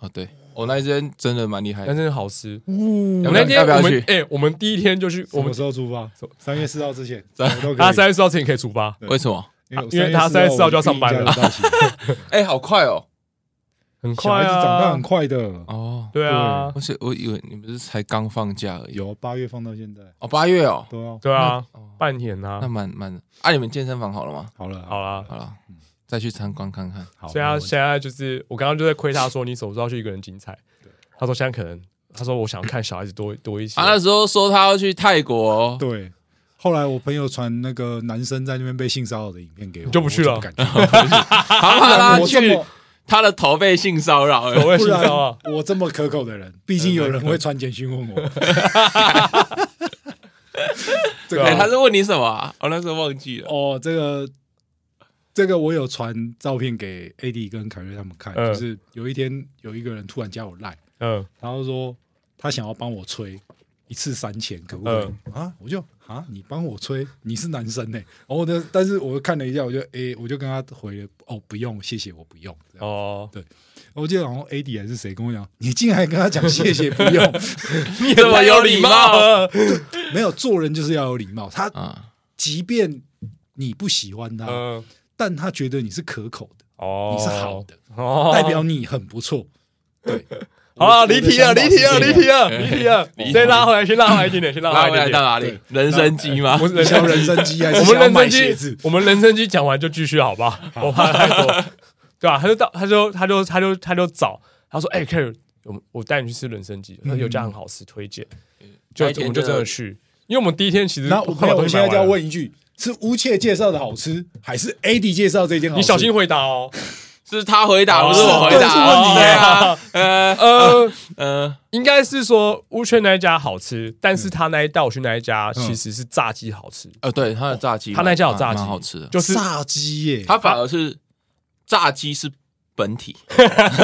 S3: 哦。对，我那一间真的蛮厉害
S1: 但，真的好吃。
S2: 呜
S1: 我
S3: 要
S1: 们
S3: 不
S1: 那天
S3: 要要不要
S1: 我们
S3: 去
S1: 哎、我们第一天就去，我
S2: 我们
S1: 们
S2: 时候出发？三月四号之前，
S3: 三
S2: 我都可以
S1: 他三月四号前可以出发，
S2: 对
S3: 为什么？
S1: 因为他三月四号就要上班了
S2: 了。
S3: 哎，好快哦！
S1: 很
S2: 小
S1: 快
S2: 孩子
S1: 啊，
S2: 长大很快的，
S3: 哦，
S1: 对啊，
S3: 不是，我以为你们是才刚放假而已。
S2: 有啊八月放到现在
S3: 哦，八月哦，
S2: 都要
S1: 对啊，
S3: 哦，
S1: 半年
S3: 那
S1: 啊，
S3: 蛮蛮。啊，你们健身房好了吗？啊
S2: 好了，啊
S1: 好啦。
S3: 好了，再去参观看看。
S2: 好，
S1: 所以他现在就是，我刚刚就在亏他说你什么时候要去一个人精 彩，他说现在可能，他说我想看小孩子多多一些
S3: 他，啊那时候说他要去泰国哦，
S2: 对。后来我朋友传那个男生在那边被性骚扰的影片给我，
S1: 你就不去了
S2: 我 怎么敢去
S3: 他怕他
S2: 我这
S3: 去
S2: 么，
S3: 他的头被性骚扰了
S1: 我。也
S2: 不
S1: 心
S2: 然
S1: 脏啊，
S2: 我这么可口的人，毕竟有人会传简讯问 我。 这
S1: 对
S3: 哎，
S1: 啊
S3: 他
S2: 个
S3: 是问你什么啊？我那时候忘记 了。
S2: 哦，这个这个我有传照片给 AD 跟凯瑞他们看，
S1: 嗯
S2: 就是有一天有一个人突然加我赖，
S1: 嗯，
S2: 然后说他想要帮我吹一次三千，可不可以、
S1: 嗯
S2: 啊？我就啊，你帮我吹，你是男生呢、然后呢，但是我看了一下，我就诶、我就跟他回了，哦，不用，谢谢，我不用。
S3: 啊
S2: 这样
S1: 哦，
S2: 我记得好像 AD 还是谁跟我讲，你竟然还跟他讲谢谢，不用，
S1: 你
S3: 这么有 礼貌
S1: 了，
S2: 没有做人就是要有礼貌。他
S3: 啊，
S2: 即便你不喜欢 他，
S1: 嗯，
S2: 但他觉得你是可口的，
S1: 哦，
S2: 你是好的，
S1: 哦，
S2: 代表你很 不错。对，
S1: 好
S2: 我
S1: 了，
S2: 的
S1: 离题了，
S2: 我的
S1: 离题
S2: 想
S1: 了，
S2: 法
S1: 离
S2: 是
S1: 题啊
S2: 这样
S3: 哎
S1: 了，离题了，先拉回来，先拉回来一点点，先拉
S3: 拉
S1: 回
S3: 回
S1: 来
S3: 来
S1: 一
S3: 到
S1: 点
S3: 哪里？人参鸡吗？
S1: 点
S2: 你想要人生机啊还 是
S1: 我们
S2: 想要
S1: 人
S2: 买
S1: 生
S2: 鞋子
S1: 机？，我们人生机讲完就继续，好 吧？我怕太多，对吧、他就到，他就，他就，他就，他就找，他说：“哎、k a r r y 我我带你去吃人参鸡，那有家很好吃，推荐。”就
S3: 嗯那一
S1: 我
S3: 天
S1: 们就真
S3: 真
S1: 的
S3: 的
S1: 去，因为我们第一天其实
S2: 那我
S1: 快把
S2: 朋友，
S1: 东
S2: 我
S1: 西
S2: 现
S1: 买
S2: 在就要
S1: 完了，
S2: 问一句：是吴切介绍的好吃，还是 AD 介绍这间好吃？
S1: 你小 心回答哦。
S3: 是他回答，
S1: 哦
S3: 不是啊我回答。
S2: 是问你耶
S3: 哦对啊，呃
S1: 呃，
S3: 呃，
S1: 应该是说乌圈那一家好吃，但是他那一带我去那一家
S3: 嗯
S1: 其实是炸鸡好吃，
S3: 呃，对，他的炸鸡，
S1: 他那家有炸鸡，
S3: 蛮好吃的。
S1: 就是
S2: 炸鸡耶，
S3: 他反而是炸鸡是本体，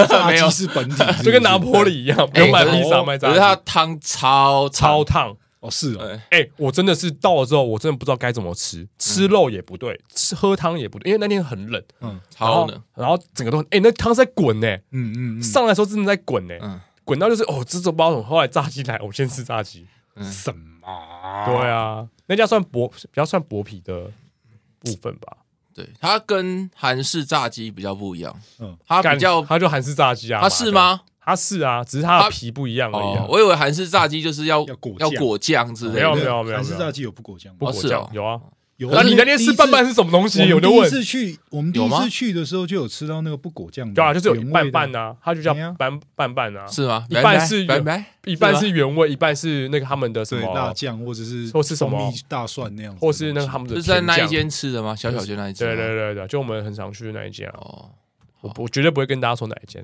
S2: 炸
S3: 没有
S2: 鸡是本 体，是不
S1: 就跟
S2: 是
S1: 拿坡里一样，不
S3: 哎
S1: 用卖
S3: 可是
S1: 披萨卖炸鸡，
S3: 可是他汤超
S1: 超，烫。
S2: 哦，是哦，
S3: 对
S1: 哎、我真的是到了之后，我真的不知道该怎么吃，吃肉也不对，吃喝汤也不对，因为那天很冷，
S2: 嗯
S1: 然
S3: 超
S1: 后
S3: 呢，
S1: 然后整个都很，哎、那汤是在滚呢、
S2: 嗯嗯嗯，
S1: 上来的时候真的在滚呢、
S3: 嗯
S1: 滚到就是哦，这种包桶，后来炸鸡来，我先吃炸鸡。
S2: 什么啊？
S1: 对啊，那家算薄，比较算薄皮的部分吧。
S3: 对，它跟韩式炸鸡比较不一样，
S2: 嗯
S3: 它
S1: 干
S3: 啊比较
S1: 它就韩式炸鸡啊，
S3: 它是吗？
S1: 它是啊，只是它的
S3: 它
S1: 皮不一样而已、啊
S3: 哦，。我以为韩式炸鸡就是要
S2: 要果
S3: 要
S2: 酱
S3: 果酱之类
S1: 没有
S3: 的，
S1: 没有没有
S2: 韩式炸鸡有不果酱
S1: 不
S2: 吗？
S3: 哦
S1: 果
S3: 是
S1: 酱、
S3: 哦
S1: 有啊，
S2: 有
S1: 那你那天
S2: 第一
S1: 吃
S2: 次
S1: 拌拌是什么东西？
S2: 我
S1: 我
S2: 们
S1: 就
S2: 第一
S1: 问，
S2: 次去，我们第
S3: 有
S2: 一
S3: 吗
S2: 次去的时候就有吃到那个不果酱的，
S1: 对啊，就是有一
S2: 原味
S1: 半
S2: 的
S1: 半啊，它就叫
S2: 原味的
S1: 半半半啊，
S3: 是吗？
S1: 一半是
S3: 拜拜，
S1: 一半是原味，一半是那个他们的什
S2: 对辣
S1: 么，
S2: 酱或者是
S1: 或是什么
S2: 蜂蜜大蒜那样子的东
S1: 或
S2: 西，
S1: 是那个他们的
S3: 是在那一
S1: 甜酱
S3: 间吃的吗？小小间那一间
S1: 对
S3: 吗，
S1: 对对对，就我们很常去的那一间、啊，
S3: 哦，
S1: 我不我绝对不会跟大家说哪一间。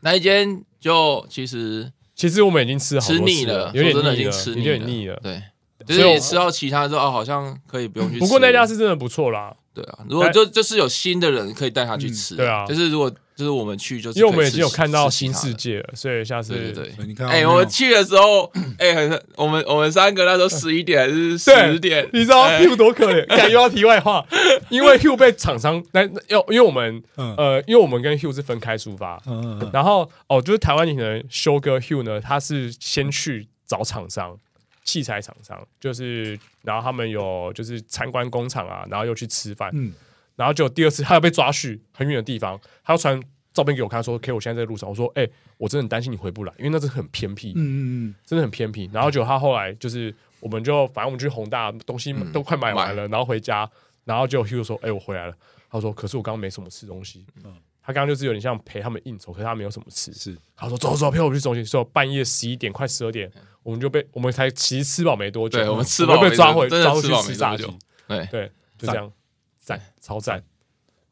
S3: 那一间就其实
S1: 其实我们已经吃好多
S3: 吃
S1: 次
S3: 腻了，
S1: 有点
S3: 说真的已
S1: 腻
S3: 经
S1: 了，
S3: 吃
S1: 有
S3: 腻
S1: 点腻了。
S3: 对，就
S1: 所以
S3: 是
S1: 我
S3: 你吃到其他之后，哦，好像可以不用去吃。
S1: 不过那家是真的不错啦，
S3: 对啊，如果就就是有新的人可以带他去吃，
S1: 哎对啊
S3: 就是如果就是我们去就是
S1: 因为我们
S3: 可
S1: 已
S3: 以
S1: 经有
S3: 吃
S1: 看到
S3: 吃其
S1: 新
S3: 他
S1: 世
S3: 的，
S1: 界了，所以下次
S3: 对对对。
S2: 所以你看到没
S3: 哎、
S2: 有，
S3: 我去的时候，哎、很，我们我们三个那时候十一点还是
S1: 对
S3: 十点，
S1: 你知道
S3: 哎
S1: Q 多可 怜？感又要题外话，因为 Q 被厂商那那要，因为我们
S2: 嗯
S1: 呃，因为我们跟 Q 是分开出发，
S2: 嗯嗯嗯，
S1: 然后哦，就是台湾影人修哥 Q 呢，他是先去找厂商，器材厂商，就是然后他们有就是参观工厂啊，然后又去吃饭，
S2: 嗯
S1: 然后就第二次他要被抓去很远的地方，他要传照片给我看，说 OK，我现在在路上，我说哎、我真的很担心你回不来，因为那是很偏僻，
S2: 嗯嗯
S1: 真的很偏僻。然后就他后来就是，我们就反正我们去宏大，东西
S3: 嗯
S1: 都快买完了，然后回家，然后就 Hugh 说：“哎、我回来了。”他说：“可是我刚刚没什么吃东西。”
S2: 嗯
S1: 他刚刚就是有点像陪他们应酬，可是他没有什么吃。
S2: 是
S1: 他说：“走走，陪我去吃东西。”所以半夜十一点快十二点，我们就被我们才其实吃饱没多久，
S3: 嗯对我们吃
S1: 我
S3: 饱
S1: 被抓回
S3: 没多久
S1: 抓回去
S3: 真的
S1: 吃
S3: 吃
S1: 炸
S3: 饱没多
S1: 鸡
S3: 久，对，
S1: 对，就这样，赞，超赞。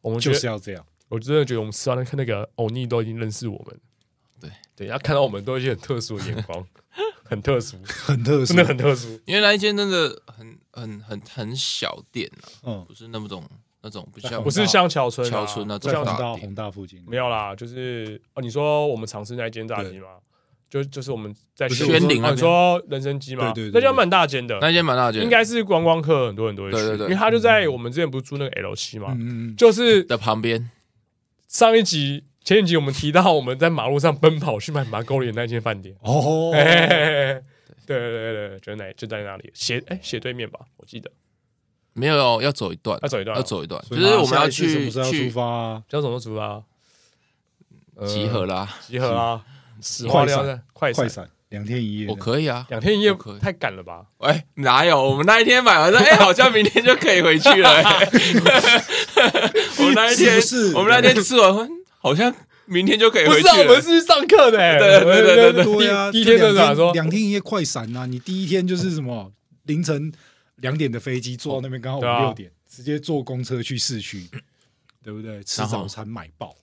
S1: 我们觉
S2: 就
S1: 得
S2: 是要这样，
S1: 我真的觉得我们吃完那那个欧尼都已经认识我们，
S3: 对
S1: 对，他看到我们都有一些很特殊的眼光， 很特殊，
S2: 很特殊，
S1: 真的很特殊。
S3: 因为那一间真的很很很很小店啊，
S2: 嗯，
S3: 不是那么种那种不像
S1: 不是像桥村、啊、
S3: 桥村那
S1: 不
S2: 在
S3: 种
S1: 像
S2: 宏
S3: 大
S2: 大
S3: 店
S2: 宏大附近
S1: 没有啦，就是哦，你说我们尝试那一间炸鸡吗？就就是我们在
S2: 不是
S3: 宣
S1: 哦你
S3: 顶那边
S1: 说人参鸡吗？
S2: 对对对
S1: 那家蛮大间的，
S3: 那一间蛮大间，
S1: 应该是观光客很多人都会去，
S3: 对对对
S1: 因为他就在我们之前不是住那个 L 七嘛，
S2: 嗯嗯嗯，
S1: 就是
S3: 的旁边，
S1: 上一集前一集我们提到我们在马路上奔跑去买马沟里的那间饭店。
S2: 哦，
S1: 哎、 对对对对，就那就在那里斜哎斜对面吧，我记得
S3: 没有要走一段，
S1: 要走一段啊
S3: 要走一段，就
S2: 所以
S3: 是我们
S2: 下一次
S3: 去
S2: 什么时候要
S3: 去
S2: 出发啊？
S1: 叫什么组啊？呃
S3: 集合啦，
S1: 集合啊！死
S2: 快
S1: 花
S2: 闪
S1: 亮的快
S2: 快
S1: 闪
S2: 闪两天一夜，
S3: 我可以啊，
S1: 两天一夜
S3: 不可以
S1: 太赶了吧？
S3: 哎，哪有？我们那一天买完 说，哎，好像明天就可以回去了。哎我们那一
S2: 是不
S3: 天，
S2: 是
S3: 我们那天吃完，嗯好像明天就可以
S1: 不
S3: 哎
S1: 是
S3: 回去
S1: 啊，我们
S3: 了。
S1: 是去上课的、欸。
S3: 对对对对对
S1: 第
S2: 对啊，
S1: 第一天
S2: 就
S1: 就
S2: 两
S1: 想
S2: 天
S1: 说，
S2: 两天一夜快闪呐、你第一天就是什么凌晨两点的飞机坐到那边刚好
S1: 对啊
S2: 五六点，直接坐公车去市区，对不对？吃
S3: 然后
S2: 早餐买爆，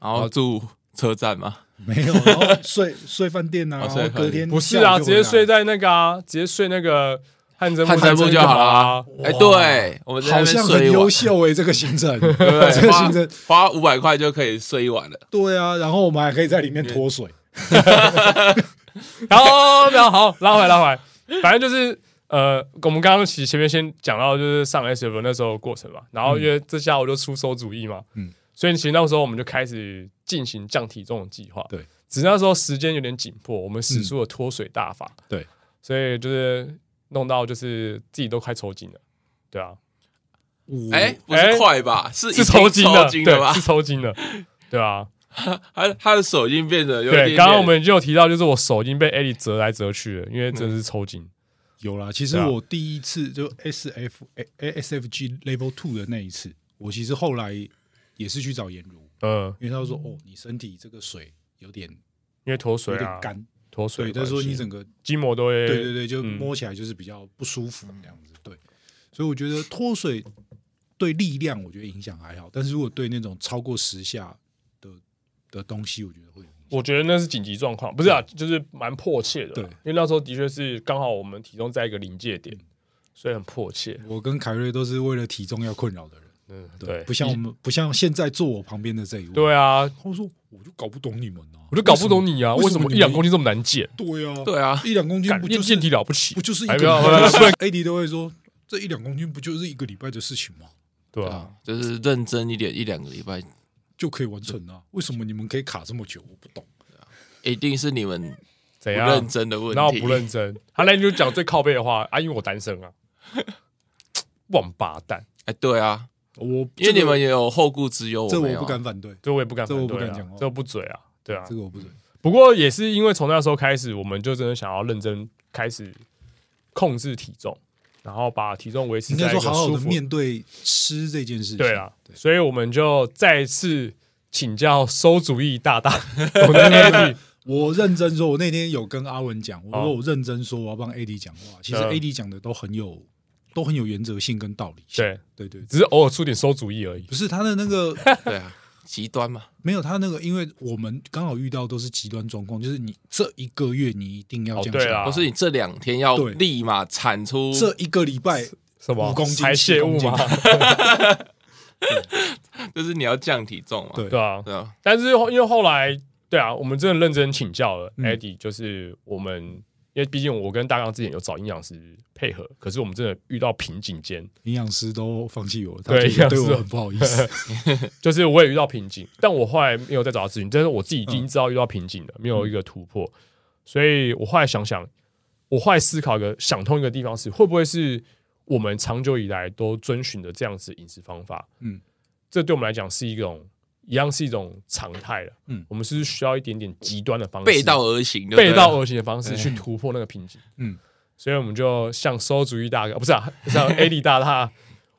S3: 然后住车站嘛，
S2: 没有，然后睡睡饭店呐、
S3: 哦
S2: 然后
S3: 睡
S2: 隔天
S1: 不是啊，
S2: 下
S1: 直
S2: 午就回来
S1: 接睡在那个啊，直接睡那个汗蒸
S3: 汗蒸部就好了啊。哎，对，我们在
S2: 好
S3: 那边
S2: 像
S3: 睡
S2: 很
S3: 一晚
S2: 优，秀哎、这个行程，
S3: 对不
S2: 这
S3: 对？
S2: 个行程，
S3: 花花五百块就可以睡一晚了。
S2: 对啊，然后我们还可以在里面脱水，
S1: 然后没有好拉回来拉回来， 反正就是呃，我们刚刚其实前面先讲到就是上 S F 那时候的过程嘛，然后因为这下我就出馊主意嘛，
S2: 嗯
S1: 所以其实那时候我们就开始进行降体重的计划，
S2: 对，
S1: 只是那时候时间有点紧迫，我们使出了脱水大法，
S2: 对，
S1: 所以就是弄到就是自己都快抽筋了，对啊，
S3: 哎，不
S1: 哎
S3: 是快吧？是已
S1: 是
S3: 经
S1: 抽
S3: 抽
S1: 筋的，
S3: 筋了
S1: 对，
S3: 吧
S1: 是？抽筋的，对啊，
S3: 他他的手已经变 得有点
S1: 对，
S3: 点。
S1: 刚刚我们就有提到，就是我手已经被艾莉折来折去了，因为
S3: 嗯
S1: 真的是抽
S2: 嗯
S1: 筋，
S2: 有啦，其实
S1: 对啊
S2: 我第一次就 S F A S F G Level Two 的那一次，我其实后来也是去找颜如，
S1: 嗯，
S2: 因为他说哦，你身体这个水有点
S1: 因为脱
S2: 有
S1: 水
S2: 点
S1: 啊，
S2: 干，
S1: 脱水
S2: 对，
S1: 的
S2: 他
S1: 关系，
S2: 说你整个
S1: 筋膜都会，
S2: 对对对，就
S1: 嗯
S2: 摸起来就是比较不舒服这样子，对，所以我觉得脱水对力量我觉得影响还好，但是如果对那种超过十下的的东西，我觉得会有影响。
S1: 我觉得那是紧急状况，不是啊，就是蛮迫切的啦，
S2: 对
S1: 因为那时候的确是刚好我们体重在一个临界点，所以很迫切，
S2: 我跟凯瑞都是为了体重要困扰的人，
S1: 嗯，
S2: 对，
S1: 对，
S2: 不像我们不像现在坐我旁边的这一位，
S1: 对啊，
S2: 他说：“我就搞不懂你们啊，
S1: 我就搞不懂你啊，为
S2: 为
S1: 什
S2: 什么
S1: 么
S2: 你
S1: 一两公斤这么难减？
S2: 对啊，
S3: 对啊，
S2: 一两公斤
S1: 干
S2: 不
S1: 练
S2: 就是
S1: 健体了不起
S2: 不，就是一
S1: 还
S2: 个
S1: 不要不要 不要
S2: AD 都会说，这一两公斤不就是一个礼拜的事情吗？
S1: 对
S3: 对
S1: 啊
S3: 啊，，就是认真一点，一两个礼拜
S2: 就可以完成啊？为什么你们可以卡这么久？我不懂。
S3: 一定是你们
S1: 怎
S2: 啊
S1: 样？
S3: 不认真的问题。
S1: 然后啊不认真，他那天就讲最靠背的话啊，因为我单身 啊，王八蛋，
S3: 哎，对啊，
S2: 我
S3: 因为你们也有后顾之忧，
S2: 这
S3: 没
S2: 我
S3: 有啊
S2: 不敢反对，
S1: 这我也不敢
S2: 这
S1: 反
S2: 我不
S1: 对
S2: 敢
S1: 啊
S2: 讲话，
S1: 这我不嘴啊，对啊
S2: 这。个我不准。
S1: 不过也是因为从那时候开始，我们就真的想要认真开始控制体重，然后把体重维持
S2: 应
S1: 在
S2: 该
S1: 一个
S2: 说好好
S1: 舒
S2: 的
S1: 服。
S2: 面对吃这件事情。
S1: 对啊啦，所以我们就再次请教馊主意大 大，我的 a
S2: 我认真说，我那天有跟阿文讲，我
S1: 哦
S2: 说我认真说，我要帮 AD 讲话。其实
S1: 嗯
S2: AD 讲的都很有，都很有原则性跟道理性。
S1: 对，
S2: 对对，对
S1: 只是偶尔出点馊主意而已。
S2: 不是他的那个
S3: 对啊，极端嘛，
S2: 没有他那个，因为我们刚好遇到都是极端状况，就是你这一个月你一定
S1: 哦
S2: 要这样
S1: 对
S2: 想
S1: 啊
S3: 不是你这两天要
S2: 对
S3: 立马产出
S2: 这一个礼拜
S1: 什么
S2: 五公斤
S1: 排泄物
S2: 七
S1: 吗
S2: 公？
S3: 就是你要降体重嘛。
S2: 对
S1: 对啊。
S3: 对啊，
S1: 但是后因为后来，对啊，我们真的认真请教了
S2: 嗯
S1: Eddie，就是我们，因为毕竟我跟大刚之前有找营养师配合，可是我们真的遇到瓶颈间，
S2: 营养师都放弃我，他
S1: 对
S2: 觉得对
S1: 营养师
S2: 我很不好意 思。
S1: 就是我也遇到瓶颈，但我后来没有再找他咨询，但是我自己已经知道遇到瓶颈了，
S2: 嗯
S1: 没有一个突破，所以我后来想想，我后来思考一个想通一个地方是，会不会是我们长久以来都遵循的这样子饮食方法？
S2: 嗯，
S1: 这对我们来讲是一种一样是一种常态了。
S2: 嗯
S1: 我们是不是需要一点点极端的
S2: 哦
S1: 方式，
S3: 背道而行就对
S1: 背
S3: 了，
S1: 道而行的方式去突破那个瓶颈。
S2: 嗯，
S1: 所以我们就向馊主义大哥，不是啊， 向 A 力大大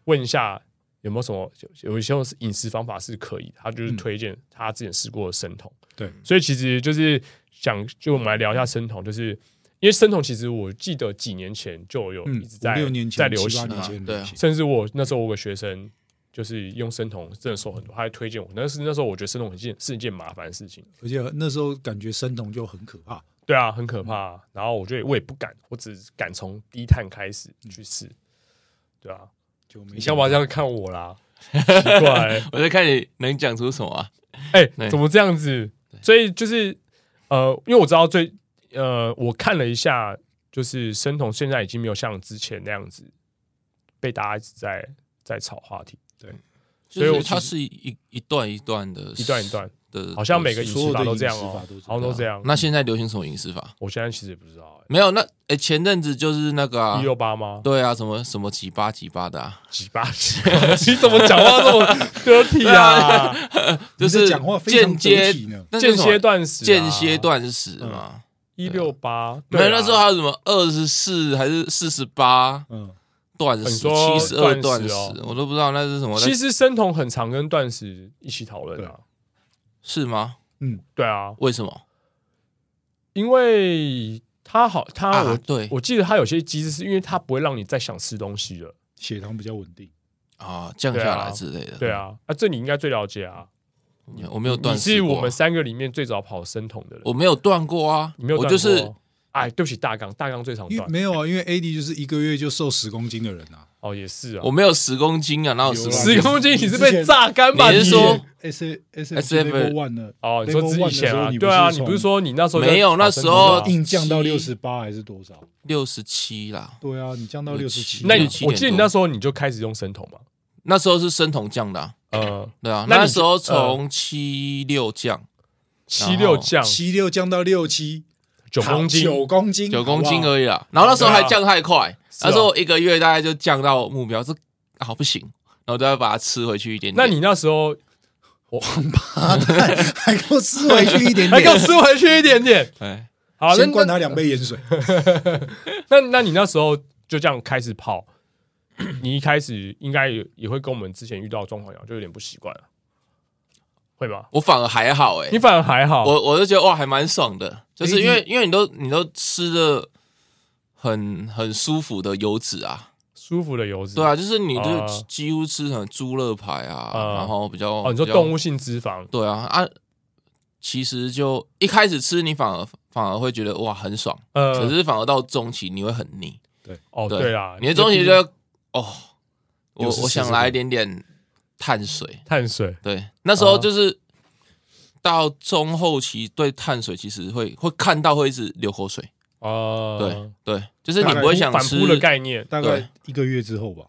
S1: 问一下有没有什么有有一些饮食方法是可以的，他就是
S2: 嗯
S1: 推荐他之前试过的生酮。
S2: 对，
S1: 所以其实就是想，就我们来聊一下生酮，就是因为生酮其实我记得几年前就有
S2: 嗯，
S1: 一直在、
S2: 五六年前、
S1: 在流
S2: 七八
S1: 行，
S2: 年
S3: 啊
S2: 前
S3: 对啊
S2: 流行
S1: 甚至我那时候我有个学生。就是用生酮真的瘦很多，他还推荐我。但是那时候我觉得生酮很件是一件麻烦的事情，
S2: 而且那时候感觉生酮就很可怕。
S1: 对啊，很可怕、然后我觉得我也不敢，我只敢从低碳开始去试。对啊，
S2: 就没
S1: 你干嘛这样看我啦？奇怪、欸
S3: 我在看你能讲出什么啊？
S1: 哎、
S3: 对
S1: 怎么这样子？所以就是呃，因为我知道最呃，我看了一下，就是生酮现在已经没有像之前那样子被大家一直在在炒话题，所以
S3: 就
S1: 我
S3: 是它
S1: 其实
S3: 是一一段一段的，
S1: 一段一段，
S3: 的，
S1: 好像每个饮
S2: 所
S1: 食
S2: 有的
S1: 法都
S2: 饮
S1: 这样
S2: 食
S1: 哦、
S2: 法都是
S1: 好像都这
S3: 对啊
S1: 样。
S3: 那现在流行什么饮食法？
S1: 我现在其实也不知道、
S3: 没有，那哎，前阵子就是那个
S1: 欸，
S3: 啊
S1: 一，六八吗？
S3: 对啊，什么什么几八几八的啊，
S1: 几八几？ 你怎么讲话这么 dirty 啊？
S3: 就
S2: 你
S3: 是
S2: 这讲话非常
S3: 间接
S2: 得体呢
S3: 那
S1: 间
S3: 是什么
S1: 歇断食啊，
S3: 间歇断食嘛。
S1: 一六八，
S3: 没
S1: 对
S3: 有，
S1: 啊
S3: 那时候还有什么二十四还是四十八
S2: 嗯，
S3: 断
S1: 哦你
S3: 食、
S1: 说
S3: 七十二
S1: 断
S3: 断
S1: 食
S3: 食
S1: 哦，
S3: 我都不知道那是什么，
S1: 其实生酮很常跟断食一起讨论啊。
S3: 是吗？
S1: 对啊，
S3: 为什么？
S1: 因为它好，它
S3: 啊，
S1: 我
S3: 对
S1: 我记得它有些机制是因为它不会让你再想吃东西了。
S2: 血糖比较稳定。
S3: 啊，降下来之类的。
S1: 对，啊，啊，这你应该最了解啊。
S3: 我我没有
S1: 你
S3: 断食
S1: 是
S3: 过啊，
S1: 我们三个里面最早跑生酮的人，
S3: 我没有断过啊，
S1: 你没有
S3: 我
S1: 断
S3: 就
S1: 过
S3: 是
S1: 哎，对不起，大纲大纲最常
S2: 因为
S1: 断
S2: 没有啊，因为 AD 就是一个月就瘦十公斤的人 啊。
S1: 哦，也是啊
S3: 我，没有十公斤啊，哪有十公
S1: 十
S3: 斤？
S1: 公斤你是
S2: 之前
S1: 被榨干吧？
S3: 你是说
S2: S S
S3: SF
S2: One 呢？
S1: 哦，你说之
S2: Level one 的时
S1: 前
S2: 候
S1: 啊，
S2: 你不
S1: 对啊，
S2: 是
S1: 你
S2: 从
S1: 不是说你那时候在
S3: 没有那
S1: 跑生酮的啊
S3: 时候
S2: 硬降到六
S3: 七
S2: 十八还是多少？
S3: 六十七啦，
S2: 对啊，你降到六十七，
S1: 那你
S3: 67
S1: 我记得你
S3: 点多
S1: 那时候你就开始用生酮嘛？
S3: 那时候是生酮降的、啊，
S1: 呃，
S3: 对啊，
S1: 那
S3: 那
S1: 你
S3: 时候从七六降
S1: 七六降
S2: 七六降到六七，
S1: 九公斤，
S2: 九公斤，
S3: 九公斤
S2: 已。
S3: 而已啦，然后那时候还降太快，
S1: 啊是哦
S3: 那时候一个月大概就降到目标，这好不行，然后都要把它吃回去一点点。
S1: 那你那时候
S2: 还给我吃回去一点
S1: 哎还给我
S2: 点，
S1: 吃回去一点 点。
S3: 哎，
S1: 好，那
S2: 先灌
S1: 那
S2: 他两杯盐水。
S1: 那那你那时候就这样开始跑， 你一开始应该也也会跟我们之前遇到的状况一样，就有点不习惯了，会吗？
S3: 我反而还好哎、
S1: 你反而还好，
S3: 我我就觉得哇，还蛮爽的，就是因为
S2: 哎
S3: 因为你都你都吃的很很舒服的油脂啊，
S1: 舒服的油脂。
S3: 对啊，，就是你
S1: 啊
S3: 就几乎吃什么猪肋排啊，
S1: 啊
S3: 然后比较
S1: 哦，你说
S3: 比较
S1: 动物性脂肪，
S3: 对啊啊，其实就一开始吃你反而反而会觉得哇很爽，
S1: 呃，
S3: 可是反而到中期你会很腻，
S1: 哦，
S3: 对
S1: 对啊，
S3: 你的中期就会哦，我
S2: 有时
S3: 我
S2: 吃
S3: 想
S2: 什么
S3: 来一点点碳水，
S1: 碳水，
S3: 对，那时候
S1: 啊
S3: 就是。到中后期，对碳水其实会会看到会一直流口水，
S1: 哦，
S3: 对、对，就是你
S2: 大概
S3: 不会想
S1: 反
S3: 吃
S1: 扑的概念，
S2: 大概一个月之后吧，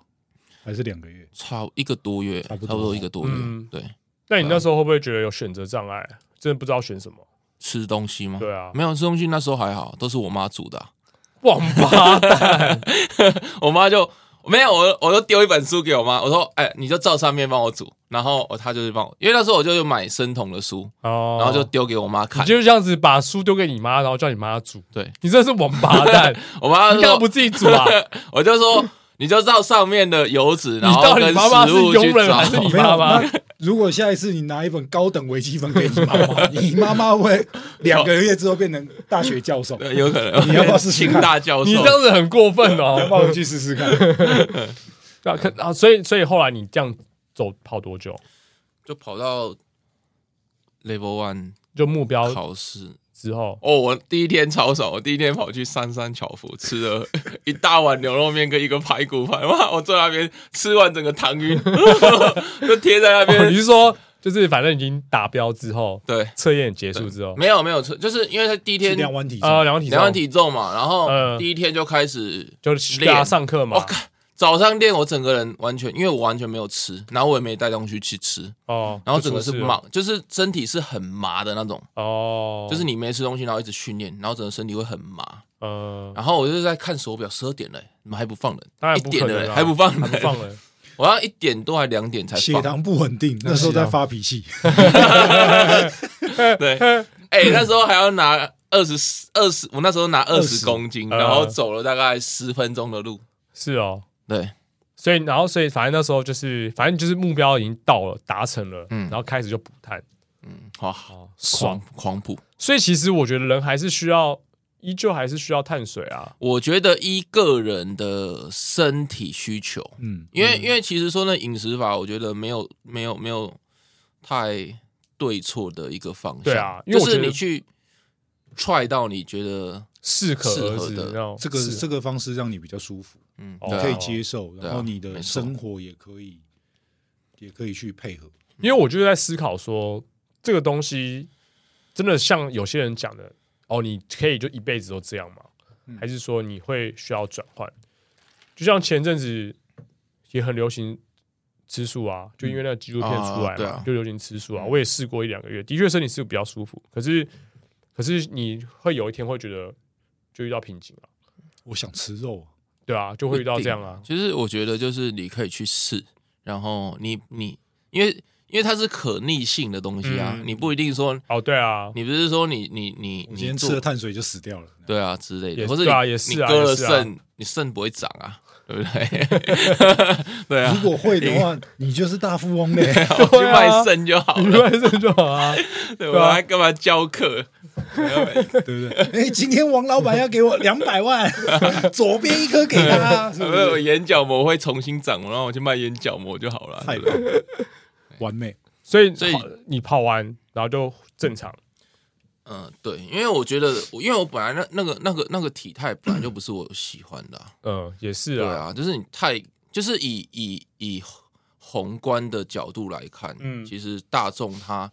S2: 还是两个月？
S3: 差一个多月，
S2: 差
S3: 差
S2: 不
S3: 不
S2: 多
S3: 多一个多月，
S1: 嗯
S3: 对，
S1: 那你那时候会不会觉得有选择障碍？真的不知道选什么？
S3: 吃东西吗？
S1: 对啊，
S3: 没有吃东西，那时候还好，都是我妈煮的啊、
S1: 王八蛋，
S3: 我妈就没有我，我就丢一本书给我妈，我说：“哎、你就照上面帮我煮。”然后我她就是帮我，因为那时候我就买生酮的书，
S1: 哦，
S3: 然后就丢给我妈看
S1: 你。就是这样子把书丢给你妈，然后叫你妈煮。
S3: 对
S1: 你真的是王八蛋！
S3: 我妈
S1: 你
S3: 就
S1: 干嘛不
S3: 说
S1: 自己煮啊？：“
S3: 我就说你就照上面的油脂，
S1: 你
S3: 然后
S1: 到底
S3: 跟
S1: 妈妈是
S3: 食物去
S1: 佣人还是
S3: 找。
S1: 你
S2: 没有
S1: 妈妈？
S2: 那如果下一次你拿一本高等微积分给你妈妈，你妈妈会两个月之后变成大学教 授，
S3: 对，有可 能
S2: 你要不要试试
S3: 清
S2: 看
S3: 大教授？
S1: 你这样子很过分
S2: 要不要
S1: 哦。
S2: 回去试试看？
S1: 对啊，可啊，所以所以后来你这样走跑多久？
S3: 就跑到 Level One
S1: 就目标
S3: 考试
S1: 之后，
S3: 哦，我第一天超爽，我第一天跑去三山巧福吃了一大碗牛肉面跟一个排骨饭，哇！我坐那边吃完整个糖晕， 就贴在那
S1: 哦
S3: 边。
S1: 你是说就是反正已经达标之后，
S3: 对，
S1: 测验结束之后，
S3: 没有没有，就是因为他第一天
S2: 量嗯弯体重
S1: 呃，两万体
S3: 量完
S1: 重
S3: 体重嘛，然后
S1: 呃
S3: 第一天就开始
S1: 就是大家
S3: 练
S1: 上课嘛
S3: 我，靠，早上练我整个人完全，因为我完全没有吃，然后我也没带东西去吃，
S1: 哦，
S3: 然后
S1: 就
S3: 整个是
S1: 出事了
S3: 麻，就是身体是很麻的那种，
S1: 哦，
S3: 就是你没吃东西，然后一直训练，然后整个身体会很麻。
S1: 呃，
S3: 然后我就在看手表，十二点了、你们还不放人？
S1: 当然
S3: 一
S1: 不
S3: 点
S1: 可
S3: 了、欸
S1: 能啊
S3: 还不放人？
S1: 还不放 人，
S3: 我要一点多还两点才
S2: 血
S3: 放。
S2: 糖不稳定，那时候在发脾气，
S1: 啊
S3: 对，哎、那时候还要拿二十二十，我那时候拿二十
S2: 20
S3: 公斤，
S1: 呃
S3: 然后走了大概十分钟的路。
S1: 是哦。
S3: 对，
S1: 所以，然后，所以，反正那时候就是，反正就是目标已经到了，达成了，
S3: 嗯
S1: 然后开始就补碳，
S3: 嗯，好，
S1: 哦，
S3: 狂
S1: 爽。
S3: 狂补。
S1: 所以，其实我觉得人还是需要，依旧还是需要碳水啊。
S3: 我觉得依个人的身体需求，
S2: 嗯，
S3: 因为因为其实说呢，饮食法我觉得没有没有没有太对错的一个方向，
S1: 对啊因为我
S3: 就是
S1: 觉得
S3: 你去踹到你觉得
S1: 适可
S3: 适合
S1: 而止，
S3: 的
S1: 你知道
S2: 这个
S1: 是
S2: 这个方式让你比较舒服，
S3: 嗯，
S1: 哦
S3: 对啊
S2: 可以接受，
S3: 对啊
S2: 然后你
S3: 没
S2: 的
S3: 错
S2: 生活也可以，也可以去配合。
S1: 因为我就是在思考说，这个东西真的像有些人讲的，哦，你可以就一辈子都这样吗？
S2: 嗯
S1: 还是说你会需要转换？就像前阵子也很流行吃素啊，就因为那个纪录片出来
S3: 啊对
S1: 嘛，
S3: 啊
S1: 就流行吃素啊。我也试过一两个月，的确身体是比较舒服，可是可是你会有一天会觉得就遇到瓶颈啊，
S2: 我想吃肉啊，
S1: 对啊，就会遇到这样
S3: 一
S1: 啊
S3: 定。就是我觉得就是你可以去试，然后你你因为因为它是可逆性的东西啊，
S1: 嗯
S3: 你不一定说
S1: 哦，对啊，
S3: 你不是说你你你
S2: 我今
S3: 你
S2: 天
S3: 做
S2: 吃了碳水就死掉了。
S3: 对啊之类
S1: 也
S3: 的，
S1: 是
S3: 或者你、
S1: 对啊也是啊
S3: 你割了
S1: 也是啊
S3: 肾，你肾不会长啊， 对不对？对啊
S2: 如，果 会的
S1: 哎
S2: 话，你就是大富翁嘞。
S3: 我去
S1: 对啊
S3: 卖肾就 好
S1: 你
S3: 了，
S1: 外这就好啊，
S3: 对
S1: 对啊
S3: 我还干嘛教 课？
S2: 对不对？哎、今天王老板要给我两 百万，左边一颗给
S1: 哎
S2: 他，是
S3: 有
S2: 不
S3: 没有
S2: 是？
S3: 眼角膜会重新长，然后我去卖眼角膜就好了。
S2: 太
S3: 对不对
S2: 棒
S1: 哎
S2: 完美，
S1: 所以
S3: 所以
S1: 跑你跑完然后就正常。
S3: 嗯，对，因为我觉得，因为我本来那那个那个那个体态本来就不是我喜欢的、啊，
S1: 嗯，也是
S3: 对
S1: 啊，
S3: 啊，就是你太就是以以以宏观的角度来看，
S1: 嗯
S3: 其实大众他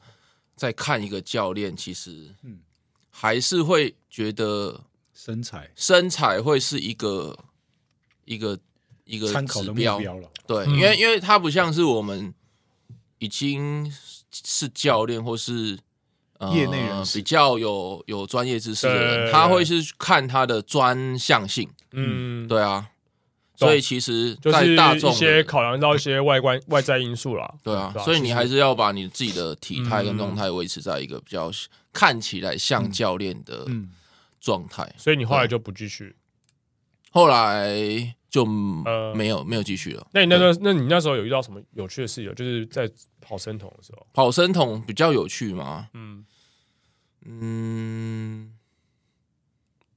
S3: 在看一个教练，其实
S2: 嗯
S3: 还是会觉得
S2: 身材
S3: 身材会是一个一个一个
S2: 参考
S3: 指
S2: 的目
S3: 标，
S2: 标了。
S3: 对，
S1: 嗯
S3: 因为因为他不像是我们已经是教练或是。呃
S2: 业内人士
S3: 比较有有专业知识的
S1: 对对
S3: 人，
S1: 对
S3: 他会是看他的专项性，
S1: 嗯，
S3: 对啊，
S1: 懂
S3: 所以其实，
S1: 就
S3: 在
S1: 是
S3: 大众
S1: 一
S3: 的
S1: 些考量到一些外观外在因素啦。
S3: 对啊
S1: 对，啊
S3: 所以
S1: 其
S3: 你
S1: 实
S3: 还是要把你自己的体态跟
S1: 嗯
S3: 动态维持在一个比较看起来像教练的
S2: 嗯，
S3: 状态。
S1: 所以你后来就不继续。
S3: 后来就
S1: 呃
S3: 没有没有继续了。
S1: 那你那时候，那你那时候有遇到什么有趣的事情？就是在跑生酮的时候，
S3: 跑生桶比较有趣嘛，
S1: 嗯，
S3: 嗯，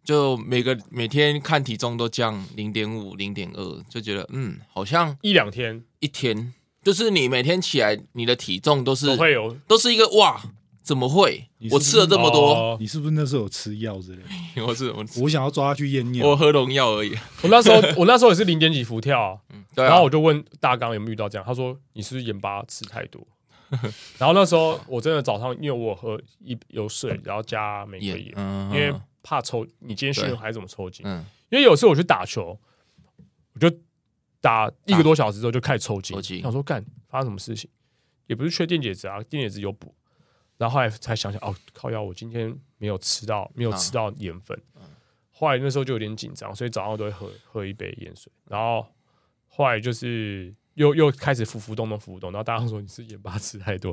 S3: 就每个每天看体重都降零点五、零点二，就觉得嗯，好像
S1: 一两天
S3: 一天就是你每天起来，你的体重都
S1: 总
S3: 是
S1: 会有
S3: 都是一个哇，怎么会
S2: 你？是
S3: 我
S2: 不是
S3: 吃了这么多，
S1: 哦哎
S2: 你是不是那时候有吃药之类的？
S3: 我是我吃
S2: 我想要抓他去验
S3: 我
S1: 哦
S2: 尿，
S3: 喝农药而已。
S1: 我那时候，我那时候也是零点几伏跳啊，
S3: 对啊，
S1: 然后我就问大纲有没有遇到这样，他说你是不是盐巴吃太多？ 然后那时候我真的早上因为我喝一有水，然后加玫瑰
S3: 也
S1: 盐，
S3: 嗯，
S1: 因为怕抽，你今天训
S3: 对
S1: 练还是怎么抽筋？
S3: 嗯，
S1: 因为有时候我去打球，我就打一个多小时之后就开始抽筋
S3: 抽，筋
S1: 想说干发生什么事情，也不是缺电解质啊，电解质有补，然后后来才想想哦，靠腰，我今天没有吃到没有吃
S3: 啊
S1: 到盐分，后来那时候就有点紧张，所以早上我都会喝喝一杯盐水，然后后来就是。又又开始浮浮动动浮浮动，然后大家说你是盐巴吃太 多，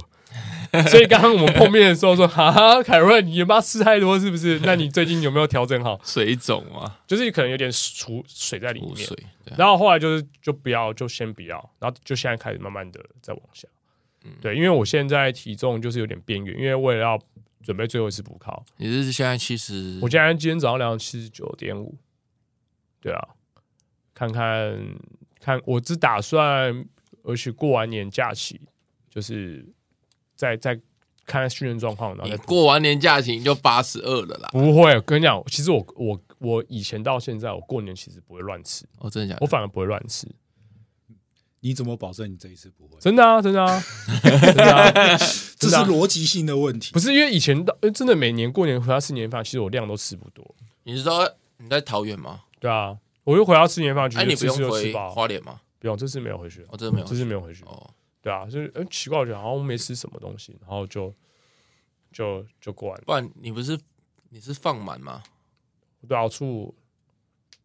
S1: 所以刚刚我们碰面的时候说，哈哈，凯瑞，你盐巴吃太多是不是？那你最近有没有调整好？
S3: 水肿嘛，
S1: 就是可能有点储水在里
S3: 补
S1: 面
S3: 水，。对啊
S1: 然后后来就是就不要，就先不要，然后就现在开始慢慢的再往下。对，因为我现在体重就是有点边缘，因为为了要准备最后一次补考，
S3: 你是现在七十，
S1: 我现在今天早上量七十九点五，对啊，看看看，我只呃打算而且过完年假期，就是再再看训练状况，然后
S3: 你
S1: 再
S3: 过完年假期你就八十二了啦。
S1: 不会。我跟你讲，其实我我我以前到现在，我过年其实不会乱吃，
S3: 哦，真的假
S1: 我
S3: 的？
S1: 反而不会乱吃，
S2: 你怎么保证你这一次不会？
S1: 真的啊，真的啊， 真的啊，
S2: 这是
S1: 真的啊
S2: 逻辑性的问题
S1: 不。是因为以前到，因为真的每年过年回家吃年夜饭，其实我量都吃不多，
S3: 你知道你在桃园吗？
S1: 对啊，我就回家吃年夜饭，
S3: 哎，
S1: 觉
S3: 你
S1: 得
S3: 不
S1: 吃
S3: 用
S1: 吃就
S3: 回
S1: 吃饱啊，
S3: 花莲吗？
S1: 不用，这次没有回去，
S3: 哦，真的没有
S1: 这。次没有回去，
S3: 哦，
S1: 对啊，就是呃奇怪，我觉得好像没吃什么东西，然后就就就过完了，
S3: 不然你不是你是放满吗？
S1: 对啊，初五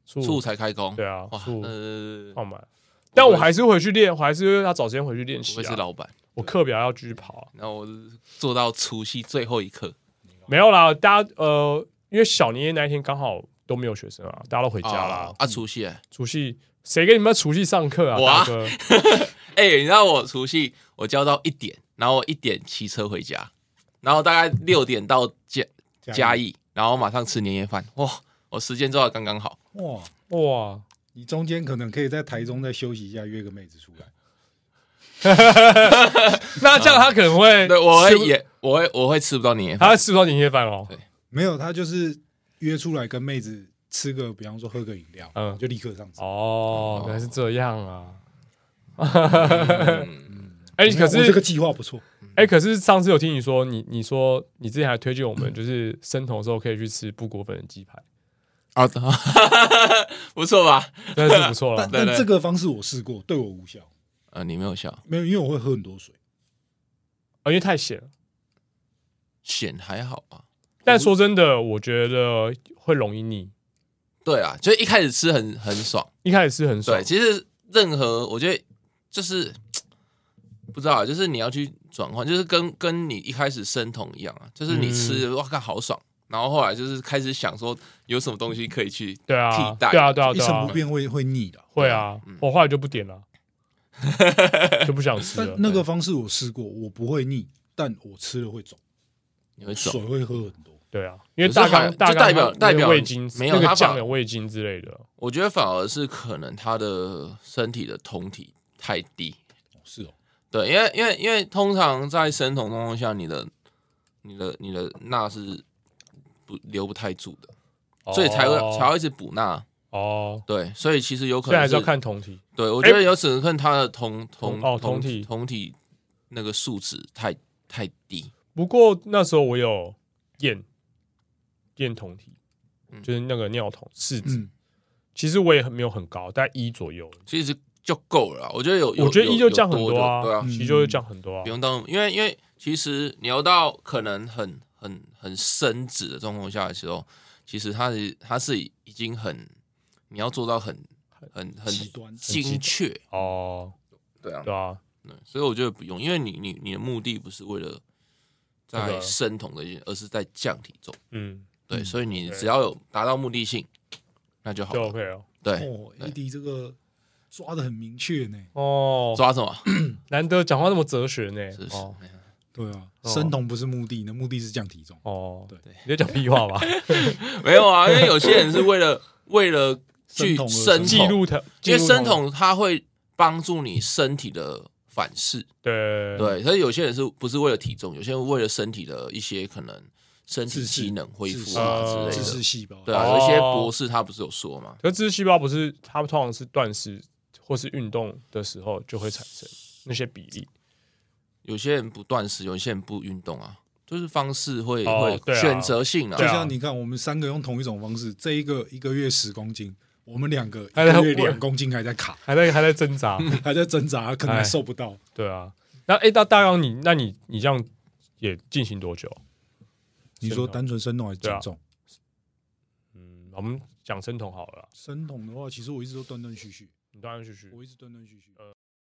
S1: 初
S3: 初五
S1: 五
S3: 才开工。
S1: 对啊
S3: 哇，，
S1: 初五
S3: 呃，
S1: 放满，但
S3: 我
S1: 我还是回去练，我还是要找时间回去练
S3: 我
S1: 习
S3: 会是
S1: 啊，
S3: 老板，
S1: 我课表要继续跑啊，
S3: 然后我是做到除夕最后一刻。
S1: 没有啦，大家呃，因为小年夜那一天刚好都没有学生啊，大家都回家啦
S3: 啊，啊，除夕哎，
S1: 除夕谁给你们除夕上课啊，
S3: 我啊
S1: 大哥？
S3: 哎、你知道我除夕我教到一点，然后我一点骑车回家，然后大概六点到嘉嘉义，然后马上吃年夜饭。哇，我时间做到刚刚好。
S2: 哇，
S1: 哇，
S2: 你中间可能可以在台中再休息一下，约个妹子出来。
S1: 那这样他可能会
S3: 对，我
S1: 吃
S3: 会
S1: 不
S3: 也我会我会吃不到年夜
S1: 他
S3: 饭。
S1: 会吃不到年夜饭哦
S3: 对，
S2: 没有，他就是约出来跟妹子吃个，比方说喝个饮料，
S1: 嗯
S2: 就立刻上车。
S1: 哦，原来是这样啊。
S3: 嗯
S1: 哎、
S2: 没有
S1: 可
S2: 我这个
S1: 是
S2: 计划不错，
S1: 哎、可是上次有听你说，你你说你之前还推荐我
S2: 嗯
S1: 们，就是生酮的时候可以去吃不裹粉的鸡排，
S3: 啊， 不错吧？
S1: 真的是不错
S2: 但
S1: 了。
S3: 对
S2: 但
S3: 对
S2: 这个方式我试过，对我无效。
S3: 呃，你没有笑，
S2: 没有，因为我会喝很多水。
S1: 啊，因为太咸了。
S3: 显还好吧？
S1: 但说真的，我觉得会容易腻。
S3: 对啊，就是一开始吃很很爽。
S1: 一开始吃很爽
S3: 对，，其实任何我觉得就是不知道啊，就是你要去转换，就是跟跟你一开始生酮一样啊，就是你
S1: 嗯
S3: 吃、哇看好爽，然后后来就是开始想说有什么东西可以去
S1: 对
S3: 替
S1: 啊，
S3: 代
S1: 对啊，对啊，
S2: 一
S1: 对
S2: 成
S1: 啊
S2: 不，变会会腻的。
S1: 会啊。
S3: 嗯
S1: 我后来就不点 了，就不想吃
S2: 但
S1: 了。
S2: 那个方式我试过，我不会腻，但我吃了会肿，
S3: 你会走
S2: 水。会喝很多。
S1: 对啊，因为
S3: 可是
S1: 大
S3: 还
S1: 纲大
S3: 就
S1: 纲
S3: 代表
S1: 它那个
S3: 代表
S1: 味精
S3: 没有
S1: 那
S3: 它
S1: 个
S3: 反
S1: 酱有味精之类的。
S3: 我觉得反而是可能他的身体的酮体太低，
S2: 哦是哦，
S3: 对，因为因为因为通常在生酮状况下，你的你的你的钠是不留不太住的，所以才会、
S1: 哦
S3: 才会一直补钠。
S1: 哦，对
S3: 对，所以其实有可
S1: 所以
S3: 能
S1: 还是要看酮体。
S3: 对，我
S1: 哎
S3: 觉得有可能看他的同同
S1: 哦
S3: 同
S1: 同体
S3: 同体那个数值太太低，
S1: 不过那时候我有验验酮体
S3: 嗯，
S1: 就是那个尿酮试纸，
S2: 嗯，
S1: 其实我也很没有很高，大概一左右，
S3: 其实就够了啦。我觉得有，有
S1: 我觉得一
S3: 有
S1: 就降很
S3: 有多
S1: 多啊
S3: 就对啊，
S2: 嗯
S1: 其实就会降很多啊
S3: 不。用当，因为因为其实你要到可能很很很深脂的状况下的时候，其实它是它是已经很你要做到很很很
S2: 极端
S3: 精确，
S1: 哦，
S3: 对啊，
S1: 对啊，
S3: 对所以我觉得不用，因为你你你的目的不是为了
S1: 这
S3: 在
S1: 个
S3: 生酮的一些，而是在降体重。
S1: 嗯，
S3: 对，
S2: 嗯
S3: 所以你
S1: 对
S3: 只要有达到目的性，那就好
S1: 就
S3: 了。
S1: OK 了。
S3: 对，
S2: 哦，AD 这个抓的很明确呢。
S1: 哦，
S3: 抓什么？
S1: 难得讲话那么哲学呢
S3: 是。是
S1: 哦
S2: 对啊，
S1: 哦
S2: 生酮不是目的，你的目的是降体重。
S1: 哦，
S2: 对
S1: 你在讲屁话吧？
S3: 没有啊，因为有些人是为了为了去
S2: 生酮而
S3: 生
S2: 生
S1: 记
S3: 酮，
S1: 录它，
S3: 因
S1: 记
S3: 为
S1: 录
S3: 生酮它会帮助你身体的反噬。
S1: 对
S3: 对，所以有些人是不是为了体重，有些人为了身体的一些可能身体机能恢复啊
S1: 呃
S2: 自
S3: 之类的
S2: 噬。细胞。哦
S3: 对啊，有一些博士他不是有说嘛？
S1: 可是脂细胞不是它通常是断食或是运动的时候就会产生那些比例。
S3: 有些人不断食，有些人不运动啊，就是方式会
S1: 哦
S3: 会
S1: 对啊
S3: 选择性
S2: 就
S1: 对
S3: 啊。
S1: 啊
S2: 像你看，我们三个用同一种方式，这一个一个月十公斤，我们两个一
S1: 还在
S2: 个月
S1: 问
S2: 两公斤还在卡，
S1: 还在还在挣 扎，
S2: 还在挣扎，可能
S1: 哎
S2: 还瘦不到。
S1: 对啊。那哎，那大纲你，那你你这样也进行多久？
S2: 你
S1: 生
S2: 说
S1: 酮
S2: 单纯生酮还是
S1: 对啊
S2: 减重？
S1: 嗯，我们讲生酮好了啦，
S2: 生酮的话，其实我一直都断断续续，
S1: 你断断续续。
S2: 我一直断断续续。